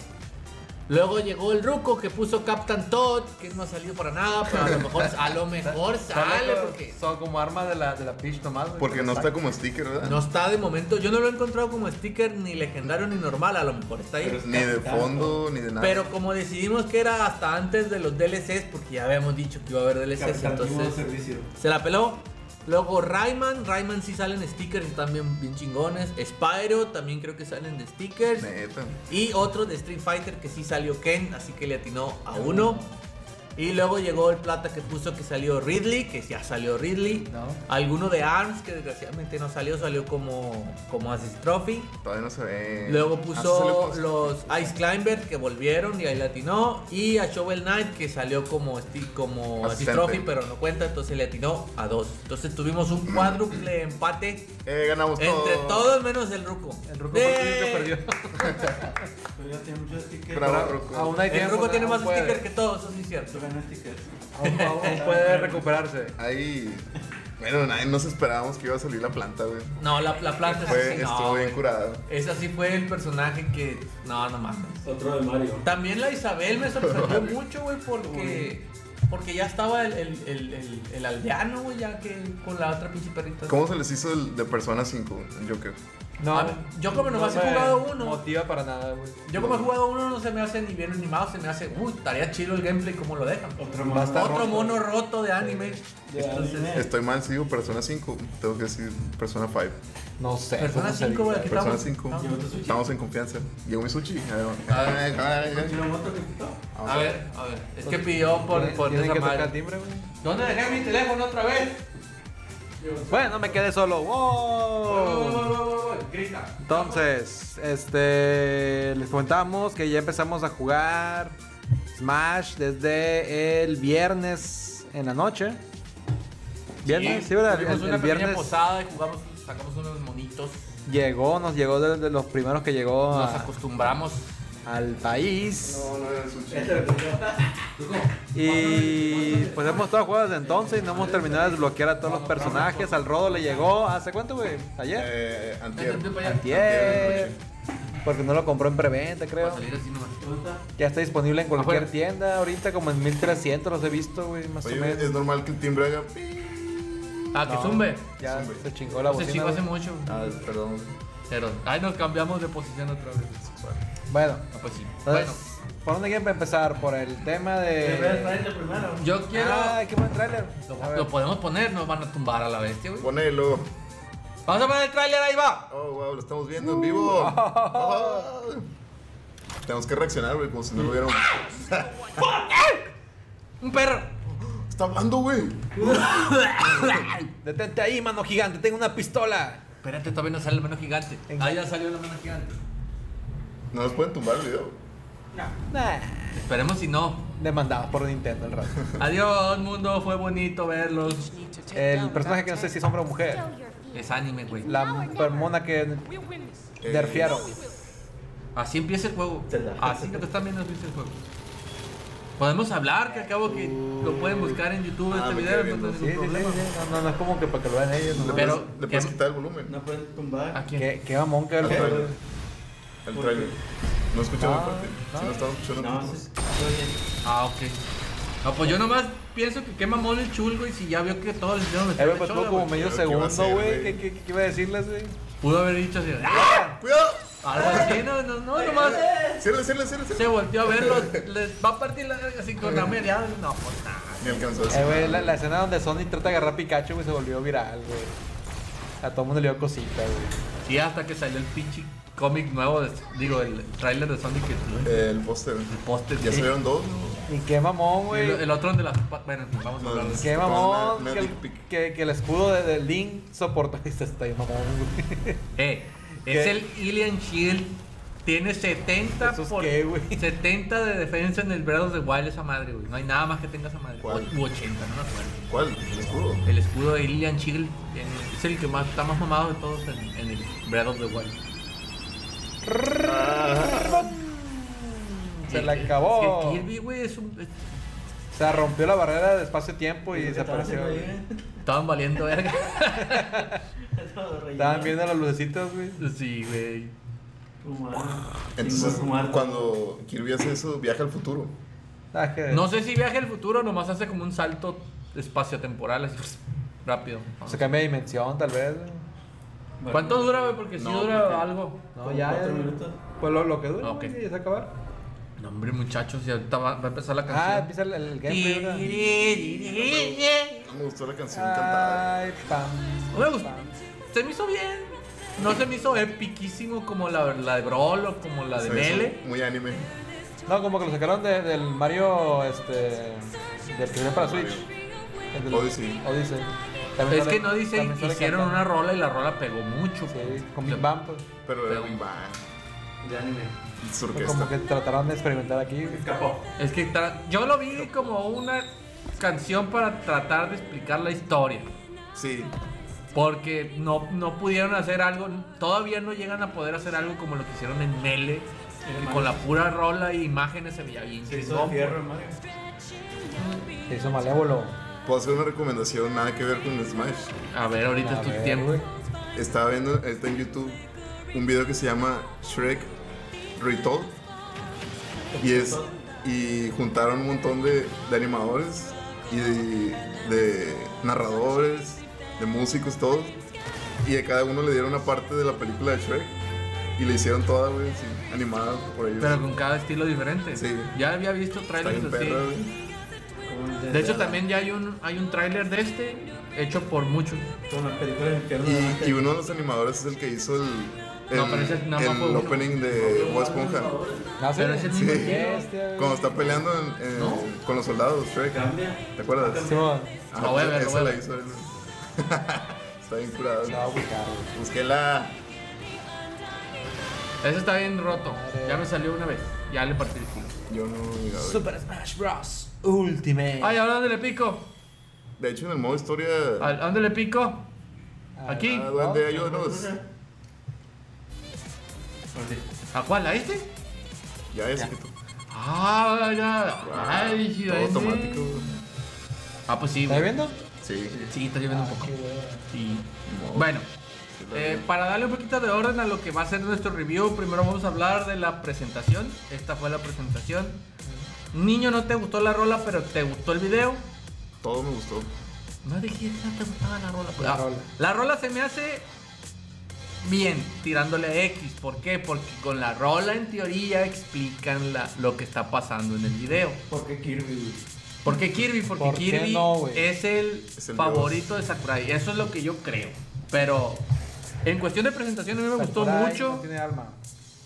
[SPEAKER 3] Luego llegó el Ruco que puso Captain Todd, que no ha salido para nada, pero a lo mejor, a lo mejor sale
[SPEAKER 1] Son-
[SPEAKER 3] porque
[SPEAKER 1] Son como armas de la, de la pitch nomás. güey.
[SPEAKER 2] Porque no está como sticker,
[SPEAKER 3] no
[SPEAKER 2] ¿verdad?
[SPEAKER 3] está de momento. Yo no lo he encontrado como sticker ni legendario ni normal, a lo mejor está ahí.
[SPEAKER 2] Ni de fondo, ni de nada.
[SPEAKER 3] Pero como decidimos que era hasta antes de los DLCs, porque ya habíamos dicho que iba a haber DLCs,
[SPEAKER 4] Capitalismo de
[SPEAKER 3] entonces
[SPEAKER 4] servicio.
[SPEAKER 3] se la peló. Luego Rayman, Rayman sí salen stickers y están bien, bien chingones. Spyro también creo que salen de stickers.
[SPEAKER 2] Neta.
[SPEAKER 3] Y otro de Street Fighter que sí salió Ken, así que le atinó a uno. Y luego llegó el plata que puso que salió Ridley, que ya salió Ridley.
[SPEAKER 1] No.
[SPEAKER 3] Alguno de ARMS que desgraciadamente no salió, salió como, como Assist Trophy.
[SPEAKER 2] Todavía no se ve.
[SPEAKER 3] Luego
[SPEAKER 2] Ah, sí salió
[SPEAKER 3] puso
[SPEAKER 2] como-
[SPEAKER 3] los Ice Climbers que volvieron y ahí latinó. Y a Shovel Knight que salió como, esti- como
[SPEAKER 2] Asistente.
[SPEAKER 3] Trophy, pero no cuenta, entonces le atinó a dos. Entonces tuvimos un cuádruple empate
[SPEAKER 2] Eh, ganamos
[SPEAKER 3] entre
[SPEAKER 2] todos.
[SPEAKER 3] todos menos el Ruco.
[SPEAKER 1] El Ruco
[SPEAKER 3] ¡Eh!
[SPEAKER 1] fue el único que perdió.
[SPEAKER 4] Pero ya tiene muchos stickers.
[SPEAKER 2] Bravo,
[SPEAKER 4] Pero-
[SPEAKER 2] Rocco.
[SPEAKER 1] Aún hay
[SPEAKER 3] El
[SPEAKER 1] tiempo,
[SPEAKER 3] Ruco tiene
[SPEAKER 1] aún
[SPEAKER 3] más
[SPEAKER 1] puede.
[SPEAKER 3] sticker que todos, eso sí es cierto.
[SPEAKER 4] Yo gané stickers.
[SPEAKER 1] Aún, aún puede recuperarse.
[SPEAKER 2] Ahí. Bueno, nadie nos esperábamos que iba a salir la planta, güey.
[SPEAKER 3] No, la, la planta es
[SPEAKER 2] Fue,
[SPEAKER 3] así,
[SPEAKER 2] estuvo
[SPEAKER 3] Ah, no.
[SPEAKER 2] bien curada.
[SPEAKER 3] Esa sí fue el personaje que. No, no mames.
[SPEAKER 4] Otro de Mario.
[SPEAKER 3] También la Isabel me sorprendió mucho, güey, porque, porque ya estaba el, el, el, el, el aldeano, güey, ya que con la otra pinche perrita.
[SPEAKER 2] ¿Cómo se les hizo el de Persona 5, el Joker?
[SPEAKER 3] A ver, yo como nomás he
[SPEAKER 1] Ah, me
[SPEAKER 3] jugado uno.
[SPEAKER 1] motiva para nada, güey.
[SPEAKER 3] Yo como he jugado uno no se me hace ni bien animado, se me hace, uy, estaría chido el gameplay como lo dejan.
[SPEAKER 4] Otro
[SPEAKER 1] Va a estar
[SPEAKER 4] más.
[SPEAKER 3] Otro
[SPEAKER 1] roto.
[SPEAKER 3] mono roto de anime.
[SPEAKER 4] De anime.
[SPEAKER 2] Estoy mal, sigo Persona 5. Tengo que decir Persona 5.
[SPEAKER 1] No sé.
[SPEAKER 3] Persona
[SPEAKER 1] ¿cómo se
[SPEAKER 3] 5, güey,
[SPEAKER 1] dice?
[SPEAKER 3] que
[SPEAKER 2] Persona
[SPEAKER 3] estamos.
[SPEAKER 2] 5.
[SPEAKER 3] estamos-
[SPEAKER 4] Llegó tu sushi.
[SPEAKER 2] Estamos en confianza. Ah, Llegó mi sushi.
[SPEAKER 3] A
[SPEAKER 4] Continúa Ah, otro que quitó.
[SPEAKER 1] Ah,
[SPEAKER 3] A ver, a ver, es que pidió por,
[SPEAKER 1] Tienen-
[SPEAKER 3] por
[SPEAKER 1] tienen
[SPEAKER 3] esa
[SPEAKER 1] que tocar
[SPEAKER 3] madre.
[SPEAKER 1] timbre, güey.
[SPEAKER 3] ¿Dónde dejé mi teléfono otra vez?
[SPEAKER 1] Bueno, me quedé solo.
[SPEAKER 3] Voy, voy,
[SPEAKER 1] ¡Wow!
[SPEAKER 3] voy, voy, voy, voy, grita.
[SPEAKER 1] Entonces, este, les comentamos que ya empezamos a jugar Smash desde el viernes en la noche. Viernes, sí, ¿verdad? El,
[SPEAKER 3] Tuvimos
[SPEAKER 1] el
[SPEAKER 3] una pequeña
[SPEAKER 1] viernes
[SPEAKER 3] posada y jugamos, sacamos unos monitos.
[SPEAKER 1] llegó, nos llegó de, de los primeros que llegó
[SPEAKER 3] Nos
[SPEAKER 1] a-
[SPEAKER 3] acostumbramos.
[SPEAKER 1] al país.
[SPEAKER 2] No, no era el sushi.
[SPEAKER 4] Este lo quitó.
[SPEAKER 1] Y pues hemos estado jugando desde entonces y no hemos terminado de desbloquear a todos los personajes. Al Rodo le llegó, ¿hace cuánto, güey? ¿Ayer?
[SPEAKER 2] Eh, antier. Antier
[SPEAKER 1] Ayer.
[SPEAKER 2] en la noche.
[SPEAKER 1] Porque no lo compró en preventa,
[SPEAKER 3] Para
[SPEAKER 1] creo.
[SPEAKER 3] salir así nomás.
[SPEAKER 4] ¿Dónde está?
[SPEAKER 1] Ya está disponible en cualquier
[SPEAKER 3] Afuera.
[SPEAKER 1] tienda, ahorita como en 1300 los he visto, güey, más o
[SPEAKER 2] Oye,
[SPEAKER 1] menos.
[SPEAKER 2] es normal que el timbre haga. pi?
[SPEAKER 3] Ah, que zumbe.
[SPEAKER 1] Ya
[SPEAKER 2] Zumbe.
[SPEAKER 1] se chingó la
[SPEAKER 3] Se
[SPEAKER 1] bocina.
[SPEAKER 3] chingó hace
[SPEAKER 1] güey.
[SPEAKER 3] mucho.
[SPEAKER 2] Ah, perdón.
[SPEAKER 3] Pero, ay, nos cambiamos de posición otra vez.
[SPEAKER 1] Bueno,
[SPEAKER 3] Ah, pues sí. Bueno,
[SPEAKER 1] entonces, ¿por dónde quieren empezar? ¿Por el tema
[SPEAKER 4] Eh, ve el
[SPEAKER 1] de...?
[SPEAKER 4] trailer primero.
[SPEAKER 3] yo quiero.
[SPEAKER 1] Ah, qué buen tráiler. A
[SPEAKER 3] lo,
[SPEAKER 1] ver.
[SPEAKER 3] lo podemos poner, nos van a tumbar a la bestia, güey.
[SPEAKER 2] Ponelo.
[SPEAKER 3] Vamos a poner el tráiler, ahí va.
[SPEAKER 2] Oh, wow, lo estamos viendo en vivo. Oh. Tenemos que reaccionar, güey, como si no lo hubiéramos.
[SPEAKER 3] Un perro.
[SPEAKER 2] Está hablando, güey.
[SPEAKER 1] Detente ahí, mano gigante, tengo una pistola.
[SPEAKER 3] Espérate, todavía no sale la mano gigante.
[SPEAKER 1] En-
[SPEAKER 3] Ah, ya salió la mano gigante.
[SPEAKER 2] No nos pueden tumbar el video.
[SPEAKER 1] Nah,
[SPEAKER 3] Esperemos si no.
[SPEAKER 1] demandado por Nintendo el rato.
[SPEAKER 3] Adiós, mundo, fue bonito verlos.
[SPEAKER 1] El personaje que no sé si es hombre o mujer.
[SPEAKER 3] Es anime, güey.
[SPEAKER 1] La hormona que
[SPEAKER 2] Eh,
[SPEAKER 1] nerfearon.
[SPEAKER 3] Así empieza el juego. Así lo que están viendo empieza el juego. Podemos hablar, que acabo que lo pueden buscar en YouTube
[SPEAKER 2] Ah,
[SPEAKER 3] este
[SPEAKER 2] me
[SPEAKER 3] video,
[SPEAKER 2] quedé
[SPEAKER 3] no
[SPEAKER 1] Sí, sí,
[SPEAKER 3] tengo
[SPEAKER 1] sí,
[SPEAKER 3] problema.
[SPEAKER 1] sí. No, no, no es como que para que lo vean ellos.
[SPEAKER 2] Le
[SPEAKER 1] ¿no?
[SPEAKER 3] Pero-
[SPEAKER 2] puedes- le puedes
[SPEAKER 3] ¿qué?
[SPEAKER 2] quitar el volumen.
[SPEAKER 4] No pueden tumbar.
[SPEAKER 3] Aquí.
[SPEAKER 1] Qué, qué mamón que Eh,
[SPEAKER 2] El
[SPEAKER 1] el
[SPEAKER 2] trailer. El
[SPEAKER 4] ¿Por
[SPEAKER 2] trailer. No escuchamos
[SPEAKER 1] Ah,
[SPEAKER 2] parte. Si no
[SPEAKER 1] no.
[SPEAKER 2] estamos escuchando pues,
[SPEAKER 4] No,
[SPEAKER 2] poco.
[SPEAKER 4] sí, estoy bien.
[SPEAKER 3] Ah, ok. No, pues yo nomás pienso que qué mamón el chul, güey, si ya vio que todo el video me
[SPEAKER 1] Eh, güey, pues tuvo como
[SPEAKER 3] güey.
[SPEAKER 1] medio
[SPEAKER 2] Pero, ¿qué iba a
[SPEAKER 1] segundo,
[SPEAKER 2] hacer,
[SPEAKER 1] güey.
[SPEAKER 2] güey?
[SPEAKER 1] ¿Qué, qué, qué iba a decirles, güey?
[SPEAKER 3] Pudo haber dicho así. ¡Ah!
[SPEAKER 2] pues, ¡Cuidado!
[SPEAKER 3] Algo así, no, no, no, nomás
[SPEAKER 2] Cierra, cierra, cierra, cierra.
[SPEAKER 3] se volteó a verlo. Les va a partir la así con la media. No, pues nada.
[SPEAKER 2] Ni alcanzó a
[SPEAKER 1] Eh,
[SPEAKER 2] decir.
[SPEAKER 1] güey, la, la escena donde Sony trata de agarrar a Pikachu, güey, se volvió viral, güey. A todo el mundo le dio cosita, güey.
[SPEAKER 3] Sí, hasta que salió el pinche cómic nuevo, de- digo, el tráiler de Sonic, el,
[SPEAKER 2] El póster.
[SPEAKER 3] el póster.
[SPEAKER 2] Ya
[SPEAKER 3] sí.
[SPEAKER 2] salieron dos, ¿no?
[SPEAKER 1] Y qué mamón,
[SPEAKER 3] Y El,
[SPEAKER 1] güey.
[SPEAKER 3] el otro de las... pa- Bueno, vamos a hablar de eso.
[SPEAKER 1] Qué mamón.
[SPEAKER 2] Una- una
[SPEAKER 1] que,
[SPEAKER 2] dick
[SPEAKER 1] el,
[SPEAKER 2] pic.
[SPEAKER 1] que, que el escudo de, de Link soporta. Este está bien mamón, güey.
[SPEAKER 3] Eh,
[SPEAKER 1] ¿Qué?
[SPEAKER 3] es el Alien Shield. Tiene 70
[SPEAKER 1] ¿Eso es qué, güey?
[SPEAKER 3] 70 de defensa en el Breath of the Wild esa madre, güey. No hay nada más que tenga esa madre.
[SPEAKER 2] ¿Cuál?
[SPEAKER 3] O- U 80, no me acuerdo.
[SPEAKER 2] ¿Cuál? El escudo.
[SPEAKER 3] El escudo de Alien Shield eh, es el que más está más mamado de todos en, en el Breath of the Wild.
[SPEAKER 1] Se la
[SPEAKER 3] Eh,
[SPEAKER 1] acabó.
[SPEAKER 3] es que el Kirby, güey, es un es-
[SPEAKER 1] Se rompió la barrera de espacio-tiempo y
[SPEAKER 4] ¿Qué estaban
[SPEAKER 1] desapareció.
[SPEAKER 4] haciendo
[SPEAKER 1] güey.
[SPEAKER 4] ahí, eh?
[SPEAKER 3] estaban valiendo verga.
[SPEAKER 4] Estaba relleno.
[SPEAKER 1] Estaban viendo las lucecitas, güey.
[SPEAKER 3] sí, güey.
[SPEAKER 4] Fumar.
[SPEAKER 2] Entonces,
[SPEAKER 4] Sin fumar.
[SPEAKER 2] cuando Kirby hace eso, viaja al futuro.
[SPEAKER 1] Ah, que-
[SPEAKER 3] No sé si viaja al futuro, nomás hace como un salto espacio-temporal así pues, rápido.
[SPEAKER 1] Se cambia de dimensión, tal vez. güey.
[SPEAKER 4] Bueno,
[SPEAKER 3] ¿Cuánto dura, güey? Porque si
[SPEAKER 2] No,
[SPEAKER 3] dura
[SPEAKER 2] porque-
[SPEAKER 3] algo.
[SPEAKER 1] No,
[SPEAKER 4] Como
[SPEAKER 1] ya.
[SPEAKER 4] cuatro
[SPEAKER 1] ya.
[SPEAKER 4] minutos.
[SPEAKER 1] Pues lo, lo que dura,
[SPEAKER 3] Ah, ok.
[SPEAKER 1] güey, y se acaba.
[SPEAKER 3] No, hombre, muchachos, y ahorita va, va a empezar la
[SPEAKER 1] Ah,
[SPEAKER 3] canción.
[SPEAKER 1] empieza el, el gameplay. ¿verdad?
[SPEAKER 2] Me gustó la canción
[SPEAKER 1] Ah.
[SPEAKER 2] cantada.
[SPEAKER 1] Ay, pam.
[SPEAKER 3] No me gustó. Se me hizo bien. No se me hizo epiquísimo como la, la de Brawl o como la de
[SPEAKER 2] Se hizo
[SPEAKER 3] Mele.
[SPEAKER 2] Muy anime.
[SPEAKER 1] No, como que lo sacaron de- del Mario, este, del que salió para Switch. El del-
[SPEAKER 2] Odyssey.
[SPEAKER 1] Odyssey. También
[SPEAKER 3] Es
[SPEAKER 1] sale-
[SPEAKER 3] que no dice,
[SPEAKER 1] también sale
[SPEAKER 3] hicieron una
[SPEAKER 1] cantando.
[SPEAKER 3] rola y la rola pegó mucho.
[SPEAKER 1] Sí, con
[SPEAKER 3] Le-
[SPEAKER 1] Big Bang, pues.
[SPEAKER 2] Pero era
[SPEAKER 3] Pero-
[SPEAKER 2] Big Bang.
[SPEAKER 4] De anime.
[SPEAKER 2] Es
[SPEAKER 1] Como
[SPEAKER 2] orquesta.
[SPEAKER 1] que trataron de experimentar aquí. güey.
[SPEAKER 4] Escapó.
[SPEAKER 3] Es que tra- yo lo vi como una canción para tratar de explicar la historia.
[SPEAKER 2] Sí.
[SPEAKER 3] Porque no, no pudieron hacer algo, todavía no llegan a poder hacer algo como lo que hicieron en Mele. que con la pura rola y imágenes se veía bien.
[SPEAKER 4] Se hizo
[SPEAKER 3] chingón,
[SPEAKER 4] de fierro, Mario.
[SPEAKER 1] Se hizo malévolo.
[SPEAKER 2] Puedo hacer una recomendación, nada que ver con Smash.
[SPEAKER 3] A ver, ahorita
[SPEAKER 1] A
[SPEAKER 3] es tu
[SPEAKER 1] ver,
[SPEAKER 3] tiempo.
[SPEAKER 1] güey.
[SPEAKER 2] Estaba viendo, está en YouTube, un video que se llama Shrek Retold. Y es. Y juntaron un montón de, de animadores y de, de narradores, de músicos, todos. Y a cada uno le dieron una parte de la película de Shrek. Y le hicieron toda, güey, así, animada por ellos.
[SPEAKER 3] Pero con cada estilo diferente.
[SPEAKER 2] Sí.
[SPEAKER 3] Ya había visto
[SPEAKER 2] Está
[SPEAKER 3] trailers
[SPEAKER 2] bien
[SPEAKER 3] así.
[SPEAKER 2] perra, güey.
[SPEAKER 4] Como
[SPEAKER 3] De hecho, también ya hay un, hay un trailer de este hecho por muchos.
[SPEAKER 4] Como la película de infierno.
[SPEAKER 2] Y, y uno de los animadores es el que hizo el. el,
[SPEAKER 3] No, pero ese nada más
[SPEAKER 2] el
[SPEAKER 3] fue uno.
[SPEAKER 2] opening de Bob Esponja.
[SPEAKER 1] No,
[SPEAKER 3] Pero
[SPEAKER 1] sí.
[SPEAKER 3] es el
[SPEAKER 1] Sí.
[SPEAKER 3] mismo estilo.
[SPEAKER 1] Bestia, güey.
[SPEAKER 2] Cuando está peleando en- en-
[SPEAKER 3] ¿No?
[SPEAKER 2] con los soldados, Shrek.
[SPEAKER 4] Cambia.
[SPEAKER 2] ¿Te acuerdas?
[SPEAKER 1] Simón.
[SPEAKER 2] Ah,
[SPEAKER 3] Lo voy a ver,
[SPEAKER 2] esa
[SPEAKER 3] lo voy a
[SPEAKER 2] la
[SPEAKER 3] ver.
[SPEAKER 2] hizo él. Está bien curada.
[SPEAKER 1] No, güey, claro, güey.
[SPEAKER 2] Búsquela.
[SPEAKER 3] Ese está bien roto. Ya me salió una vez. Ya le partí el culo.
[SPEAKER 2] Yo no. mira, güey.
[SPEAKER 1] Super Smash Bros. Ultimate.
[SPEAKER 3] Ay, ¿ahora dónde le pico?
[SPEAKER 2] De hecho, en el modo historia.
[SPEAKER 3] ¿A dónde le pico? Aquí.
[SPEAKER 2] Ah, duende, ayúdanos.
[SPEAKER 3] ¿A cuál? ¿A este?
[SPEAKER 2] Ya es, que tú-
[SPEAKER 3] Ah, ya. Ay, sí,
[SPEAKER 2] Todo
[SPEAKER 3] a ese.
[SPEAKER 2] automático. güey.
[SPEAKER 3] Ah, pues sí,
[SPEAKER 1] ¿Estás
[SPEAKER 3] güey.
[SPEAKER 1] viendo?
[SPEAKER 2] Sí.
[SPEAKER 3] Sí, está lloviendo un poco. Sí.
[SPEAKER 2] No.
[SPEAKER 3] Bueno,
[SPEAKER 2] Sí, está
[SPEAKER 3] eh,
[SPEAKER 2] bien.
[SPEAKER 3] para darle un poquito de orden a lo que va a ser nuestro review, primero vamos a hablar de la presentación. Esta fue la presentación. Niño, no te gustó la rola, pero te gustó el video.
[SPEAKER 2] Todo me gustó.
[SPEAKER 3] No dije que no te gustaba la rola. pues,
[SPEAKER 1] La
[SPEAKER 3] ah,
[SPEAKER 1] rola.
[SPEAKER 3] la rola se me hace bien tirándole a X. ¿Por qué? Porque con la rola en teoría explican la- lo que está pasando en el video.
[SPEAKER 4] ¿Por qué Kirby, güey?
[SPEAKER 3] ¿Por qué Kirby? Porque
[SPEAKER 1] ¿Por qué
[SPEAKER 3] Kirby
[SPEAKER 1] no, güey?
[SPEAKER 3] es el
[SPEAKER 2] Es el
[SPEAKER 3] favorito de Sakurai. Eso es lo que yo creo. Pero en cuestión de presentación a mí me gustó
[SPEAKER 1] Sakurai
[SPEAKER 3] mucho.
[SPEAKER 1] No tiene alma.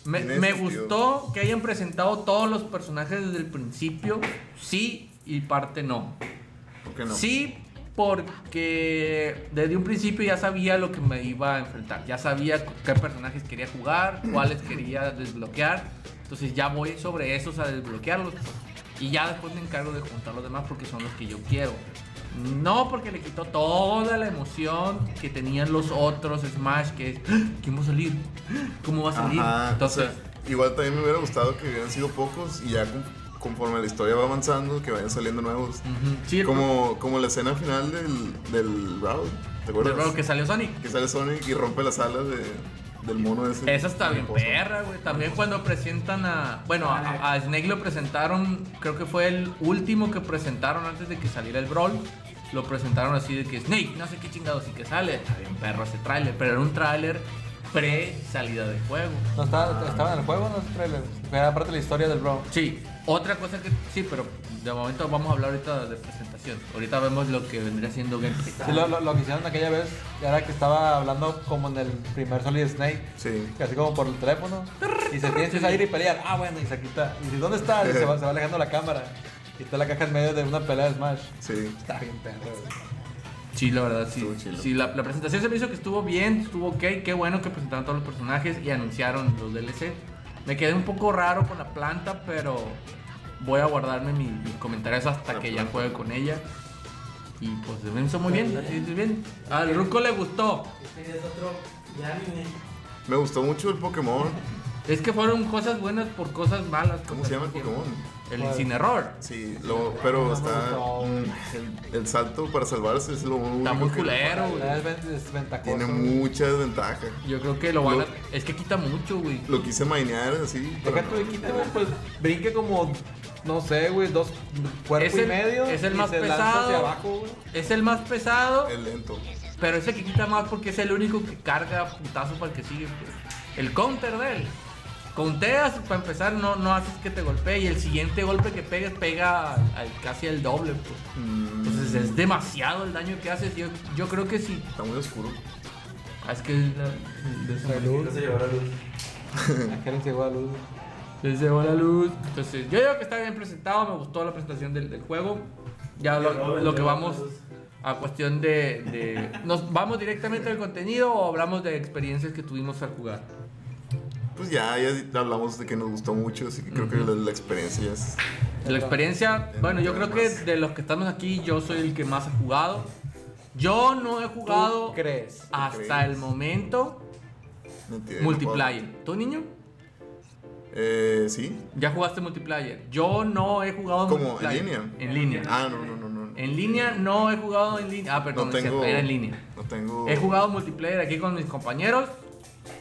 [SPEAKER 3] Me,
[SPEAKER 2] En ese
[SPEAKER 3] me
[SPEAKER 2] sentido.
[SPEAKER 3] gustó que hayan presentado todos los personajes desde el principio, sí y parte no.
[SPEAKER 2] ¿Por qué no?
[SPEAKER 3] Sí, porque desde un principio ya sabía lo que me iba a enfrentar, ya sabía cu- qué personajes quería jugar, cuáles quería desbloquear, entonces ya voy sobre esos a desbloquearlos y ya después me encargo de juntar los demás porque son los que yo quiero. No porque le quitó toda la emoción que tenían los otros Smash, que es, "¡Ah! ¿quién va a salir? ¿Cómo va a salir?
[SPEAKER 2] Ajá,
[SPEAKER 3] Entonces,
[SPEAKER 2] o sea, igual también me hubiera gustado que hubieran sido pocos y ya con- conforme la historia va avanzando, que vayan saliendo nuevos.
[SPEAKER 3] ujú. sí, el
[SPEAKER 2] Como, como la escena final del, del Raúl, ¿te
[SPEAKER 3] pro-
[SPEAKER 2] acuerdas?
[SPEAKER 3] el pro que salió Sonic.
[SPEAKER 2] Que sale Sonic y rompe las alas de, del mono ese.
[SPEAKER 3] Esa está bien
[SPEAKER 2] Mariposa.
[SPEAKER 3] perra, güey. También cuando presentan a. Bueno, a, a Snake lo presentaron. Creo que fue el último que presentaron antes de que saliera el Brawl. Lo presentaron así de que Snake, no sé qué chingados y que sale. Está bien perro ese tráiler. Pero era un tráiler pre salida del juego.
[SPEAKER 1] No estaba, estaba en el juego, no es trailer. Era parte de la historia del bro.
[SPEAKER 3] Sí, otra cosa que. Sí, pero de momento vamos a hablar ahorita de presentación. Ahorita vemos lo que vendría siendo gameplay.
[SPEAKER 1] Sí, lo, lo- lo que hicieron aquella vez era que estaba hablando como en el primer Solid Snake,
[SPEAKER 2] Sí.
[SPEAKER 1] que así como por el teléfono, y se piensa salir y pelear. Ah, bueno, y se quita. Y dice, ¿dónde está? Y se va, se va alejando la cámara. Y está la caja en medio de una pelea de Smash.
[SPEAKER 2] Sí.
[SPEAKER 1] Está bien perro. güey.
[SPEAKER 3] Sí, la verdad, sí.
[SPEAKER 2] Estuvo chilo.
[SPEAKER 3] Sí, la, la presentación se me hizo que estuvo bien, estuvo ok. Qué bueno que presentaron todos los personajes y anunciaron los DLC. Me quedé un poco raro con la planta, pero voy a guardarme mi- mis comentarios hasta
[SPEAKER 2] La
[SPEAKER 3] que ya
[SPEAKER 2] planta.
[SPEAKER 3] juegue con ella. Y pues se me hizo muy bien, así de bien. Al Ruco le gustó.
[SPEAKER 4] Este es otro de anime.
[SPEAKER 2] Me gustó mucho el Pokémon.
[SPEAKER 3] Es que fueron cosas buenas por cosas malas.
[SPEAKER 2] ¿Cómo
[SPEAKER 3] cosas
[SPEAKER 2] se llama el
[SPEAKER 3] que-
[SPEAKER 2] Pokémon?
[SPEAKER 3] El sin error.
[SPEAKER 2] Sí, lo, pero está. mm, El, el salto para salvarse es lo único
[SPEAKER 3] Está muy
[SPEAKER 2] que-
[SPEAKER 3] culero, güey.
[SPEAKER 1] La verdad es desventajoso.
[SPEAKER 2] Tiene
[SPEAKER 1] güey.
[SPEAKER 2] mucha desventaja.
[SPEAKER 3] Yo creo que lo van a...
[SPEAKER 2] Lo-
[SPEAKER 3] Es que quita mucho, güey.
[SPEAKER 2] Lo quise mainear así. pero
[SPEAKER 1] Deja tú de quita, güey, pues brinque como, no sé, güey, dos cuerpos
[SPEAKER 3] Es el-
[SPEAKER 1] y medio.
[SPEAKER 3] es el
[SPEAKER 1] y
[SPEAKER 3] más
[SPEAKER 1] se lanza hacia
[SPEAKER 3] pesado.
[SPEAKER 1] abajo, güey.
[SPEAKER 3] Es el más pesado.
[SPEAKER 2] no, Es lento.
[SPEAKER 3] Pero ese que quita más porque es el único que carga putazo para el que sigue. pues. El counter de él. Conteas para empezar, no, no haces que te golpee. Y el siguiente golpe que pegues pega al- al- casi el doble. pues.
[SPEAKER 2] Mm,
[SPEAKER 3] Entonces es demasiado el daño que haces. Yo, yo creo que sí.
[SPEAKER 2] Está muy oscuro.
[SPEAKER 3] Ah, Es que. es la-
[SPEAKER 4] No se llevará luz.
[SPEAKER 1] Ángel se llegó a luz.
[SPEAKER 3] Se llevó la luz. Entonces, yo digo que está bien presentado. Me gustó la presentación del, del juego. Ya pues. lo, lo que vamos a cuestión de, de- ¿Nos vamos directamente al contenido o hablamos de experiencias que tuvimos al jugar?
[SPEAKER 2] Pues ya, ya hablamos de que nos gustó mucho, así que creo que la, la experiencia ya es.
[SPEAKER 3] De la experiencia, bueno, yo creo que de los que estamos aquí, yo soy el que más ha jugado. Yo no he jugado
[SPEAKER 1] ¿Tú crees?
[SPEAKER 3] hasta el momento
[SPEAKER 2] mentira, no
[SPEAKER 3] multiplayer. ¿Tú, niño?
[SPEAKER 2] puedo. Eh, sí.
[SPEAKER 3] Ya jugaste multiplayer. Yo no he jugado
[SPEAKER 2] ¿Cómo? ¿En
[SPEAKER 3] multiplayer.
[SPEAKER 2] línea?
[SPEAKER 3] En línea.
[SPEAKER 2] Ah, no, no, no, no.
[SPEAKER 3] En línea no he jugado en línea. Ah, perdón,
[SPEAKER 2] no tengo.
[SPEAKER 3] era en línea.
[SPEAKER 2] No tengo.
[SPEAKER 3] He jugado multiplayer aquí con mis compañeros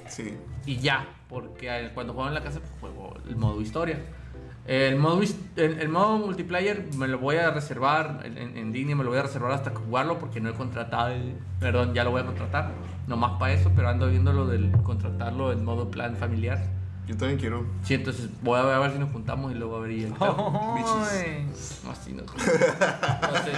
[SPEAKER 2] Sí.
[SPEAKER 3] y ya, porque cuando juego en la casa pues, juego el modo historia. El modo, his- el, el modo multiplayer me lo voy a reservar en, en- en línea, me lo voy a reservar hasta jugarlo porque no he contratado el- Perdón, ya lo voy a contratar, nomás para eso, pero ando viendo lo del contratarlo en modo plan familiar.
[SPEAKER 2] Yo también quiero.
[SPEAKER 3] Sí, entonces voy a ver, a ver si nos juntamos y luego a ver y el pedo.
[SPEAKER 2] Ay.
[SPEAKER 3] Así no. Entonces,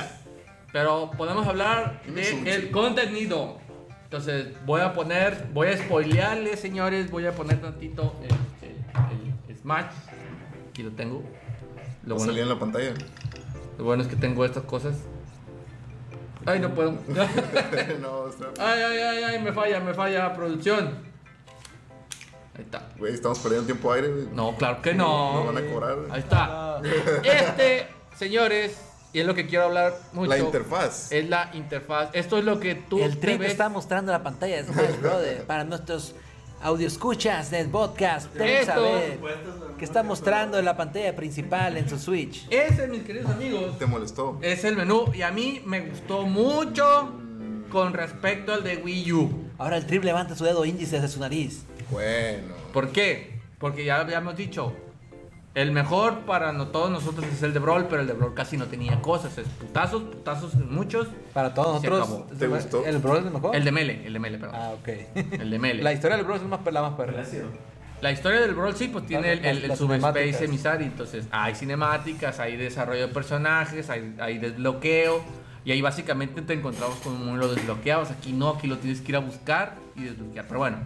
[SPEAKER 3] pero podemos hablar
[SPEAKER 2] Dime
[SPEAKER 3] del
[SPEAKER 2] sushi.
[SPEAKER 3] el contenido. Entonces, voy a poner, voy a spoilearles, señores, voy a poner tantito el, el- el Smash. Aquí lo tengo. Lo bueno,
[SPEAKER 2] Salía en la pantalla.
[SPEAKER 3] lo bueno es que tengo estas cosas. Ay, no puedo.
[SPEAKER 2] no, está.
[SPEAKER 3] Ay, ay, ay, ay, me falla, me falla producción. Ahí está.
[SPEAKER 2] Güey, estamos perdiendo tiempo aire, güey.
[SPEAKER 3] No, claro que
[SPEAKER 2] Nos
[SPEAKER 3] no.
[SPEAKER 2] van a cobrar. güey.
[SPEAKER 3] Ahí está. Este, señores, y es lo que quiero hablar mucho. Eh.
[SPEAKER 2] La interfaz.
[SPEAKER 3] Es la interfaz. Esto es lo que tú
[SPEAKER 5] El
[SPEAKER 3] te
[SPEAKER 5] trip
[SPEAKER 3] ves.
[SPEAKER 5] está mostrando la pantalla de Smash Brother para nuestros escuchas del podcast. Vamos a
[SPEAKER 3] Esto.
[SPEAKER 5] ver que está mostrando en la pantalla principal en su Switch.
[SPEAKER 3] Ese, mis queridos amigos,
[SPEAKER 2] ¿Te molestó?
[SPEAKER 3] es el menú. Y a mí me gustó mucho con respecto al de Wii U.
[SPEAKER 5] Ahora el trip levanta su dedo índice de su nariz.
[SPEAKER 2] Bueno.
[SPEAKER 3] ¿Por qué? Porque ya habíamos dicho, El mejor para no, todos nosotros es el de Brawl, pero el de Brawl casi no tenía cosas. Es putazos, putazos en muchos.
[SPEAKER 1] Para todos
[SPEAKER 3] Se
[SPEAKER 1] nosotros.
[SPEAKER 3] acabó.
[SPEAKER 2] ¿Te gustó?
[SPEAKER 1] ¿El Brawl es el mejor?
[SPEAKER 3] El de Mele, el de Mele, perdón.
[SPEAKER 1] Ah, ok.
[SPEAKER 3] El de Mele.
[SPEAKER 1] La historia del Brawl es la más perla, más perla.
[SPEAKER 4] Palacio.
[SPEAKER 3] La historia del Brawl sí, pues tiene
[SPEAKER 1] Las-
[SPEAKER 3] el, el, el
[SPEAKER 1] las cinemáticas.
[SPEAKER 3] subspace emisari, entonces hay cinemáticas, hay desarrollo de personajes, hay, hay desbloqueo, y ahí básicamente te encontramos con lo desbloqueabas, aquí no, aquí lo tienes que ir a buscar y desbloquear, pero bueno,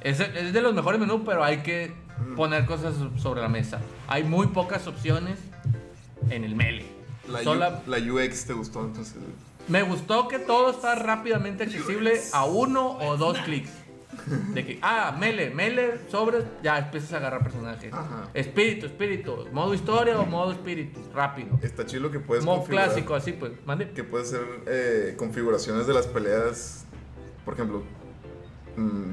[SPEAKER 3] es, es de los mejores menús, pero hay que poner cosas so- sobre la mesa. Hay muy pocas opciones en el melee.
[SPEAKER 2] La, U-
[SPEAKER 3] Sola-
[SPEAKER 2] la UX te gustó, entonces. güey.
[SPEAKER 3] me gustó que todo está rápidamente accesible a uno o dos clics. De que, ah, mele, mele, sobres, ya empiezas a agarrar personajes.
[SPEAKER 2] Ajá.
[SPEAKER 3] Espíritu, espíritu, modo historia o modo espíritu, rápido.
[SPEAKER 2] Está chido que puedes
[SPEAKER 3] Modo
[SPEAKER 2] configurar-
[SPEAKER 3] clásico, así pues, mande.
[SPEAKER 2] Que puedes hacer eh, configuraciones de las peleas, por ejemplo, mm,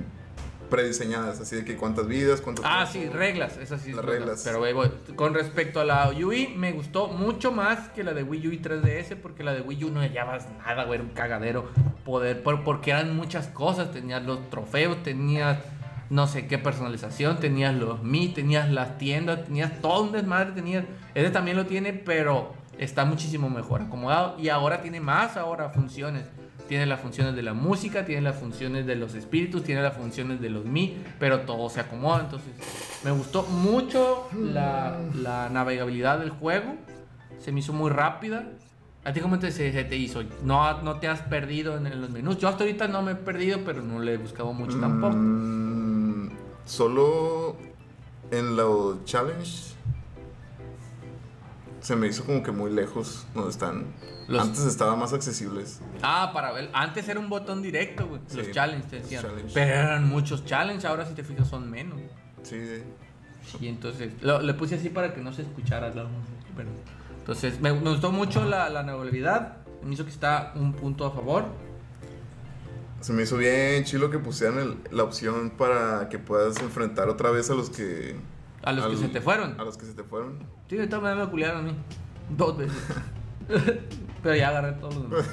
[SPEAKER 2] prediseñadas, así de que cuántas vidas, cuántas.
[SPEAKER 3] Ah, sí, reglas, esas sí.
[SPEAKER 2] Las
[SPEAKER 3] reglas.
[SPEAKER 2] reglas.
[SPEAKER 3] Pero ahí voy. con respecto a la UI, me gustó mucho más que la de Wii U y 3DS, porque la de Wii U no hallabas nada, güey, era un cagadero. Poder, por- porque eran muchas cosas, tenías los trofeos, tenías no sé qué personalización, tenías los Mi, tenías las tiendas, tenías todo un desmadre, tenías... Este también lo tiene, pero está muchísimo mejor acomodado y ahora tiene más ahora funciones. Tiene las funciones de la música, tiene las funciones de los espíritus, tiene las funciones de los mi, pero todo se acomoda. Entonces, me gustó mucho la, la navegabilidad del juego. Se me hizo muy rápida. ¿A ti cómo te, se, se te hizo? ¿No, ¿No te has perdido en, en los menús? Yo hasta ahorita no me he perdido, pero no le he buscado mucho tampoco.
[SPEAKER 2] Mm, solo en los challenge se me hizo como que muy lejos donde están.
[SPEAKER 3] Los-
[SPEAKER 2] Antes estaban más accesibles.
[SPEAKER 3] Ah, para ver. Antes era un botón directo, güey.
[SPEAKER 2] Sí,
[SPEAKER 3] los challenges te
[SPEAKER 2] los
[SPEAKER 3] decían.
[SPEAKER 2] challenge.
[SPEAKER 3] Pero eran muchos challenges. Ahora, si te fijas, son menos.
[SPEAKER 2] Sí,
[SPEAKER 3] Y entonces, lo, le puse así para que no se escuchara la música, pero- Entonces, me, me gustó mucho la, la novedad. Me hizo que está un punto a favor.
[SPEAKER 2] se me hizo bien chilo que pusieran el- la opción para que puedas enfrentar otra vez a los que.
[SPEAKER 3] A los que
[SPEAKER 2] al-
[SPEAKER 3] se te fueron.
[SPEAKER 2] A los que se te fueron.
[SPEAKER 3] Sí, de todas maneras me culiaron a mí. Dos veces. pero ya agarré todos los demás.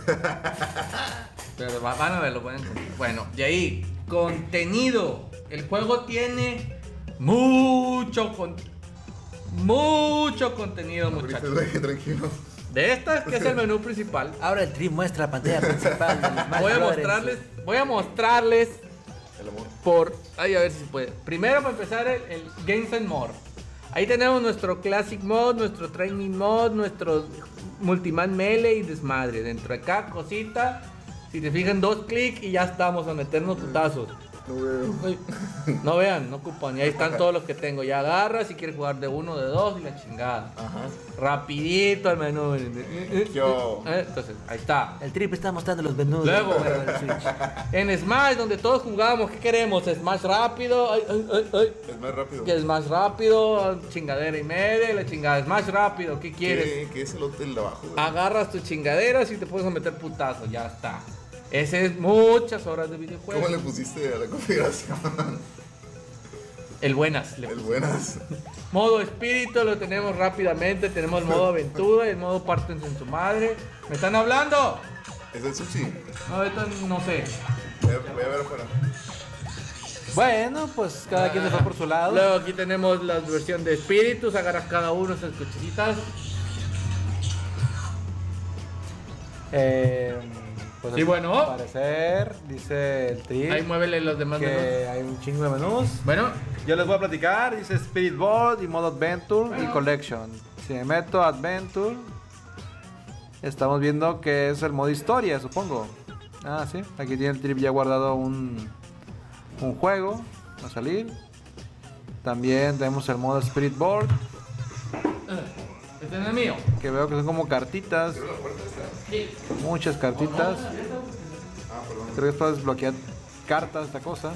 [SPEAKER 3] Pero va- van a verlo, pueden encontrar. Bueno, de ahí, contenido. El juego tiene mucho con- mucho contenido,
[SPEAKER 2] No grites,
[SPEAKER 3] muchachos.
[SPEAKER 2] güey, tranquilo.
[SPEAKER 3] De estas, que es el menú principal.
[SPEAKER 5] Ahora el trip muestra la pantalla principal. de Smash
[SPEAKER 3] Voy a
[SPEAKER 5] Brothers.
[SPEAKER 3] mostrarles, voy a mostrarles
[SPEAKER 2] El amor.
[SPEAKER 3] por. Ay, a ver si puede. Primero para empezar el, el Games and More. Ahí tenemos nuestro Classic Mod, nuestro Training Mod, nuestro Multiman Melee y desmadre. Dentro de acá, cosita. Si te fijan, dos clics y ya estamos a meternos putazos.
[SPEAKER 2] No veo.
[SPEAKER 3] Uy, No vean, no ocupan. Y ahí están todos los que tengo. Ya agarra si quieres jugar de uno, de dos y la chingada.
[SPEAKER 2] Ajá.
[SPEAKER 3] Rapidito al menú.
[SPEAKER 2] Yo.
[SPEAKER 3] Eh, Entonces, ahí está.
[SPEAKER 5] El trip está mostrando los menús.
[SPEAKER 3] Luego.
[SPEAKER 5] del juego del Switch.
[SPEAKER 3] En Smash, donde todos jugábamos, ¿qué queremos? Smash rápido, ay, ay, ay, ay.
[SPEAKER 2] Es más rápido.
[SPEAKER 3] Que Smash rápido, chingadera y media, y la chingada. Smash rápido, ¿qué quieres? Ah,
[SPEAKER 2] ¿Qué, qué es el otro el de abajo? güey?
[SPEAKER 3] Agarras tus chingaderas y te puedes a meter putazo, ya está. Ese es muchas horas de
[SPEAKER 2] ¿Cómo
[SPEAKER 3] videojuego.
[SPEAKER 2] le pusiste a la configuración?
[SPEAKER 3] El buenas. le-
[SPEAKER 2] El buenas.
[SPEAKER 3] Modo espíritu lo tenemos rápidamente, tenemos el modo aventura y el modo parten en su madre. ¿Me están hablando?
[SPEAKER 2] Es el sushi.
[SPEAKER 3] No, ahorita no sé.
[SPEAKER 2] Voy a, voy a ver afuera.
[SPEAKER 1] Bueno, pues cada quien se fue por su lado.
[SPEAKER 3] Luego aquí tenemos la versión de espíritus, agarras cada uno esas cochecitas.
[SPEAKER 1] Eh, pues
[SPEAKER 3] Sí, bueno.
[SPEAKER 1] Al parecer, dice el trip
[SPEAKER 3] Ahí muévele los demás menús.
[SPEAKER 1] que hay un chingo de menús.
[SPEAKER 3] Bueno,
[SPEAKER 1] Yo les voy a platicar, dice Spirit Board y modo Adventure y
[SPEAKER 3] Bueno.
[SPEAKER 1] Collection. Si me meto a Adventure, estamos viendo que es el modo historia, supongo. Ah, sí, aquí tiene el trip ya guardado un, un juego a salir. También tenemos el modo Spirit Board,
[SPEAKER 3] este es el mío.
[SPEAKER 1] que veo que son como cartitas,
[SPEAKER 3] Sí.
[SPEAKER 1] muchas cartitas.
[SPEAKER 2] Ah, perdón.
[SPEAKER 1] Creo que es para desbloquear cartas, esta cosa.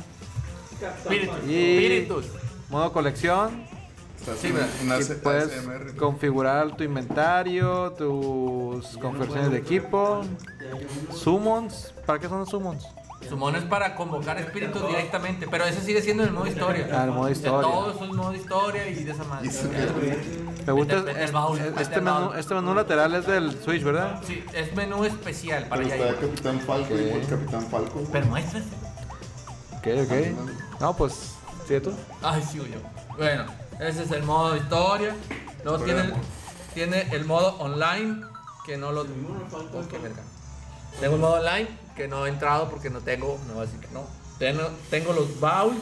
[SPEAKER 3] Espíritus.
[SPEAKER 1] Y-
[SPEAKER 3] Espíritus.
[SPEAKER 1] Modo colección,
[SPEAKER 2] Estás
[SPEAKER 3] Sí, mira,
[SPEAKER 2] en- en
[SPEAKER 1] Y
[SPEAKER 2] AC-
[SPEAKER 1] puedes
[SPEAKER 2] ACMR.
[SPEAKER 1] configurar tu inventario, tus conversiones de equipo, summons. ¿Para qué son los summons?
[SPEAKER 3] Su mono es para convocar espíritus directamente, pero ese sigue siendo el modo historia.
[SPEAKER 1] Ah, el modo historia.
[SPEAKER 3] Todo eso es modo historia y de esa
[SPEAKER 2] Y
[SPEAKER 3] manera.
[SPEAKER 2] eso que-
[SPEAKER 1] Me gusta
[SPEAKER 3] Vete- vete al
[SPEAKER 1] es-
[SPEAKER 3] baúl,
[SPEAKER 1] es-
[SPEAKER 3] vete
[SPEAKER 1] este,
[SPEAKER 3] al
[SPEAKER 1] menú,
[SPEAKER 3] baúl.
[SPEAKER 1] este menú lateral es del Switch, ¿verdad?
[SPEAKER 3] Sí, es menú especial para
[SPEAKER 2] Pero
[SPEAKER 3] allá.
[SPEAKER 2] está Capitán Falco y el Capitán Falco. güey.
[SPEAKER 3] Pero muestras.
[SPEAKER 1] Ok, ok. No, pues, ¿sí tú?
[SPEAKER 3] Ay, sí, yo. Bueno, Ese es el modo historia.
[SPEAKER 2] Historia
[SPEAKER 3] Luego tiene,
[SPEAKER 2] de amor.
[SPEAKER 3] tiene el modo online, que no lo... Oh, qué verga. Tengo el modo online, que no he entrado porque no tengo, no voy a decir que no. Tengo, tengo los bouts,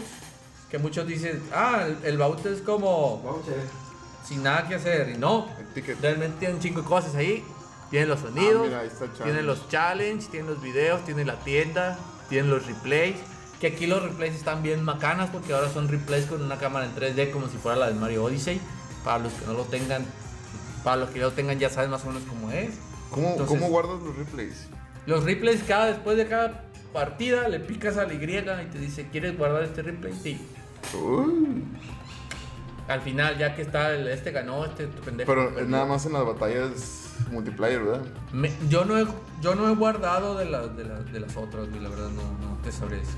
[SPEAKER 3] que muchos dicen, ah, el, el baúl es como
[SPEAKER 4] Vamos a ver.
[SPEAKER 3] sin nada que hacer. Y no,
[SPEAKER 2] El ticket.
[SPEAKER 3] realmente tienen cinco cosas ahí. Tienen los
[SPEAKER 2] Ah,
[SPEAKER 3] sonidos,
[SPEAKER 2] mira, ahí está el challenge.
[SPEAKER 3] tienen los challenge, tienen los videos, tienen la tienda, tienen los replays. Que aquí los replays están bien macanas porque ahora son replays con una cámara en 3D como si fuera la del Mario Odyssey. Para los que no lo tengan, para los que ya lo tengan ya saben más o menos cómo es.
[SPEAKER 2] ¿Cómo,
[SPEAKER 3] Entonces-
[SPEAKER 2] ¿Cómo guardas los replays?
[SPEAKER 3] Los replays cada después de cada partida le picas a la Y y te dice, ¿quieres guardar este replay? Sí.
[SPEAKER 2] Uy.
[SPEAKER 3] Al final ya que está el, este ganó, este tu pendejo.
[SPEAKER 2] Pero es
[SPEAKER 3] perdió.
[SPEAKER 2] nada más en las batallas multiplayer, ¿verdad?
[SPEAKER 3] Me- yo, no he, yo no he guardado de, la- de, la- de las otras, güey, la verdad no, no te sabré decir.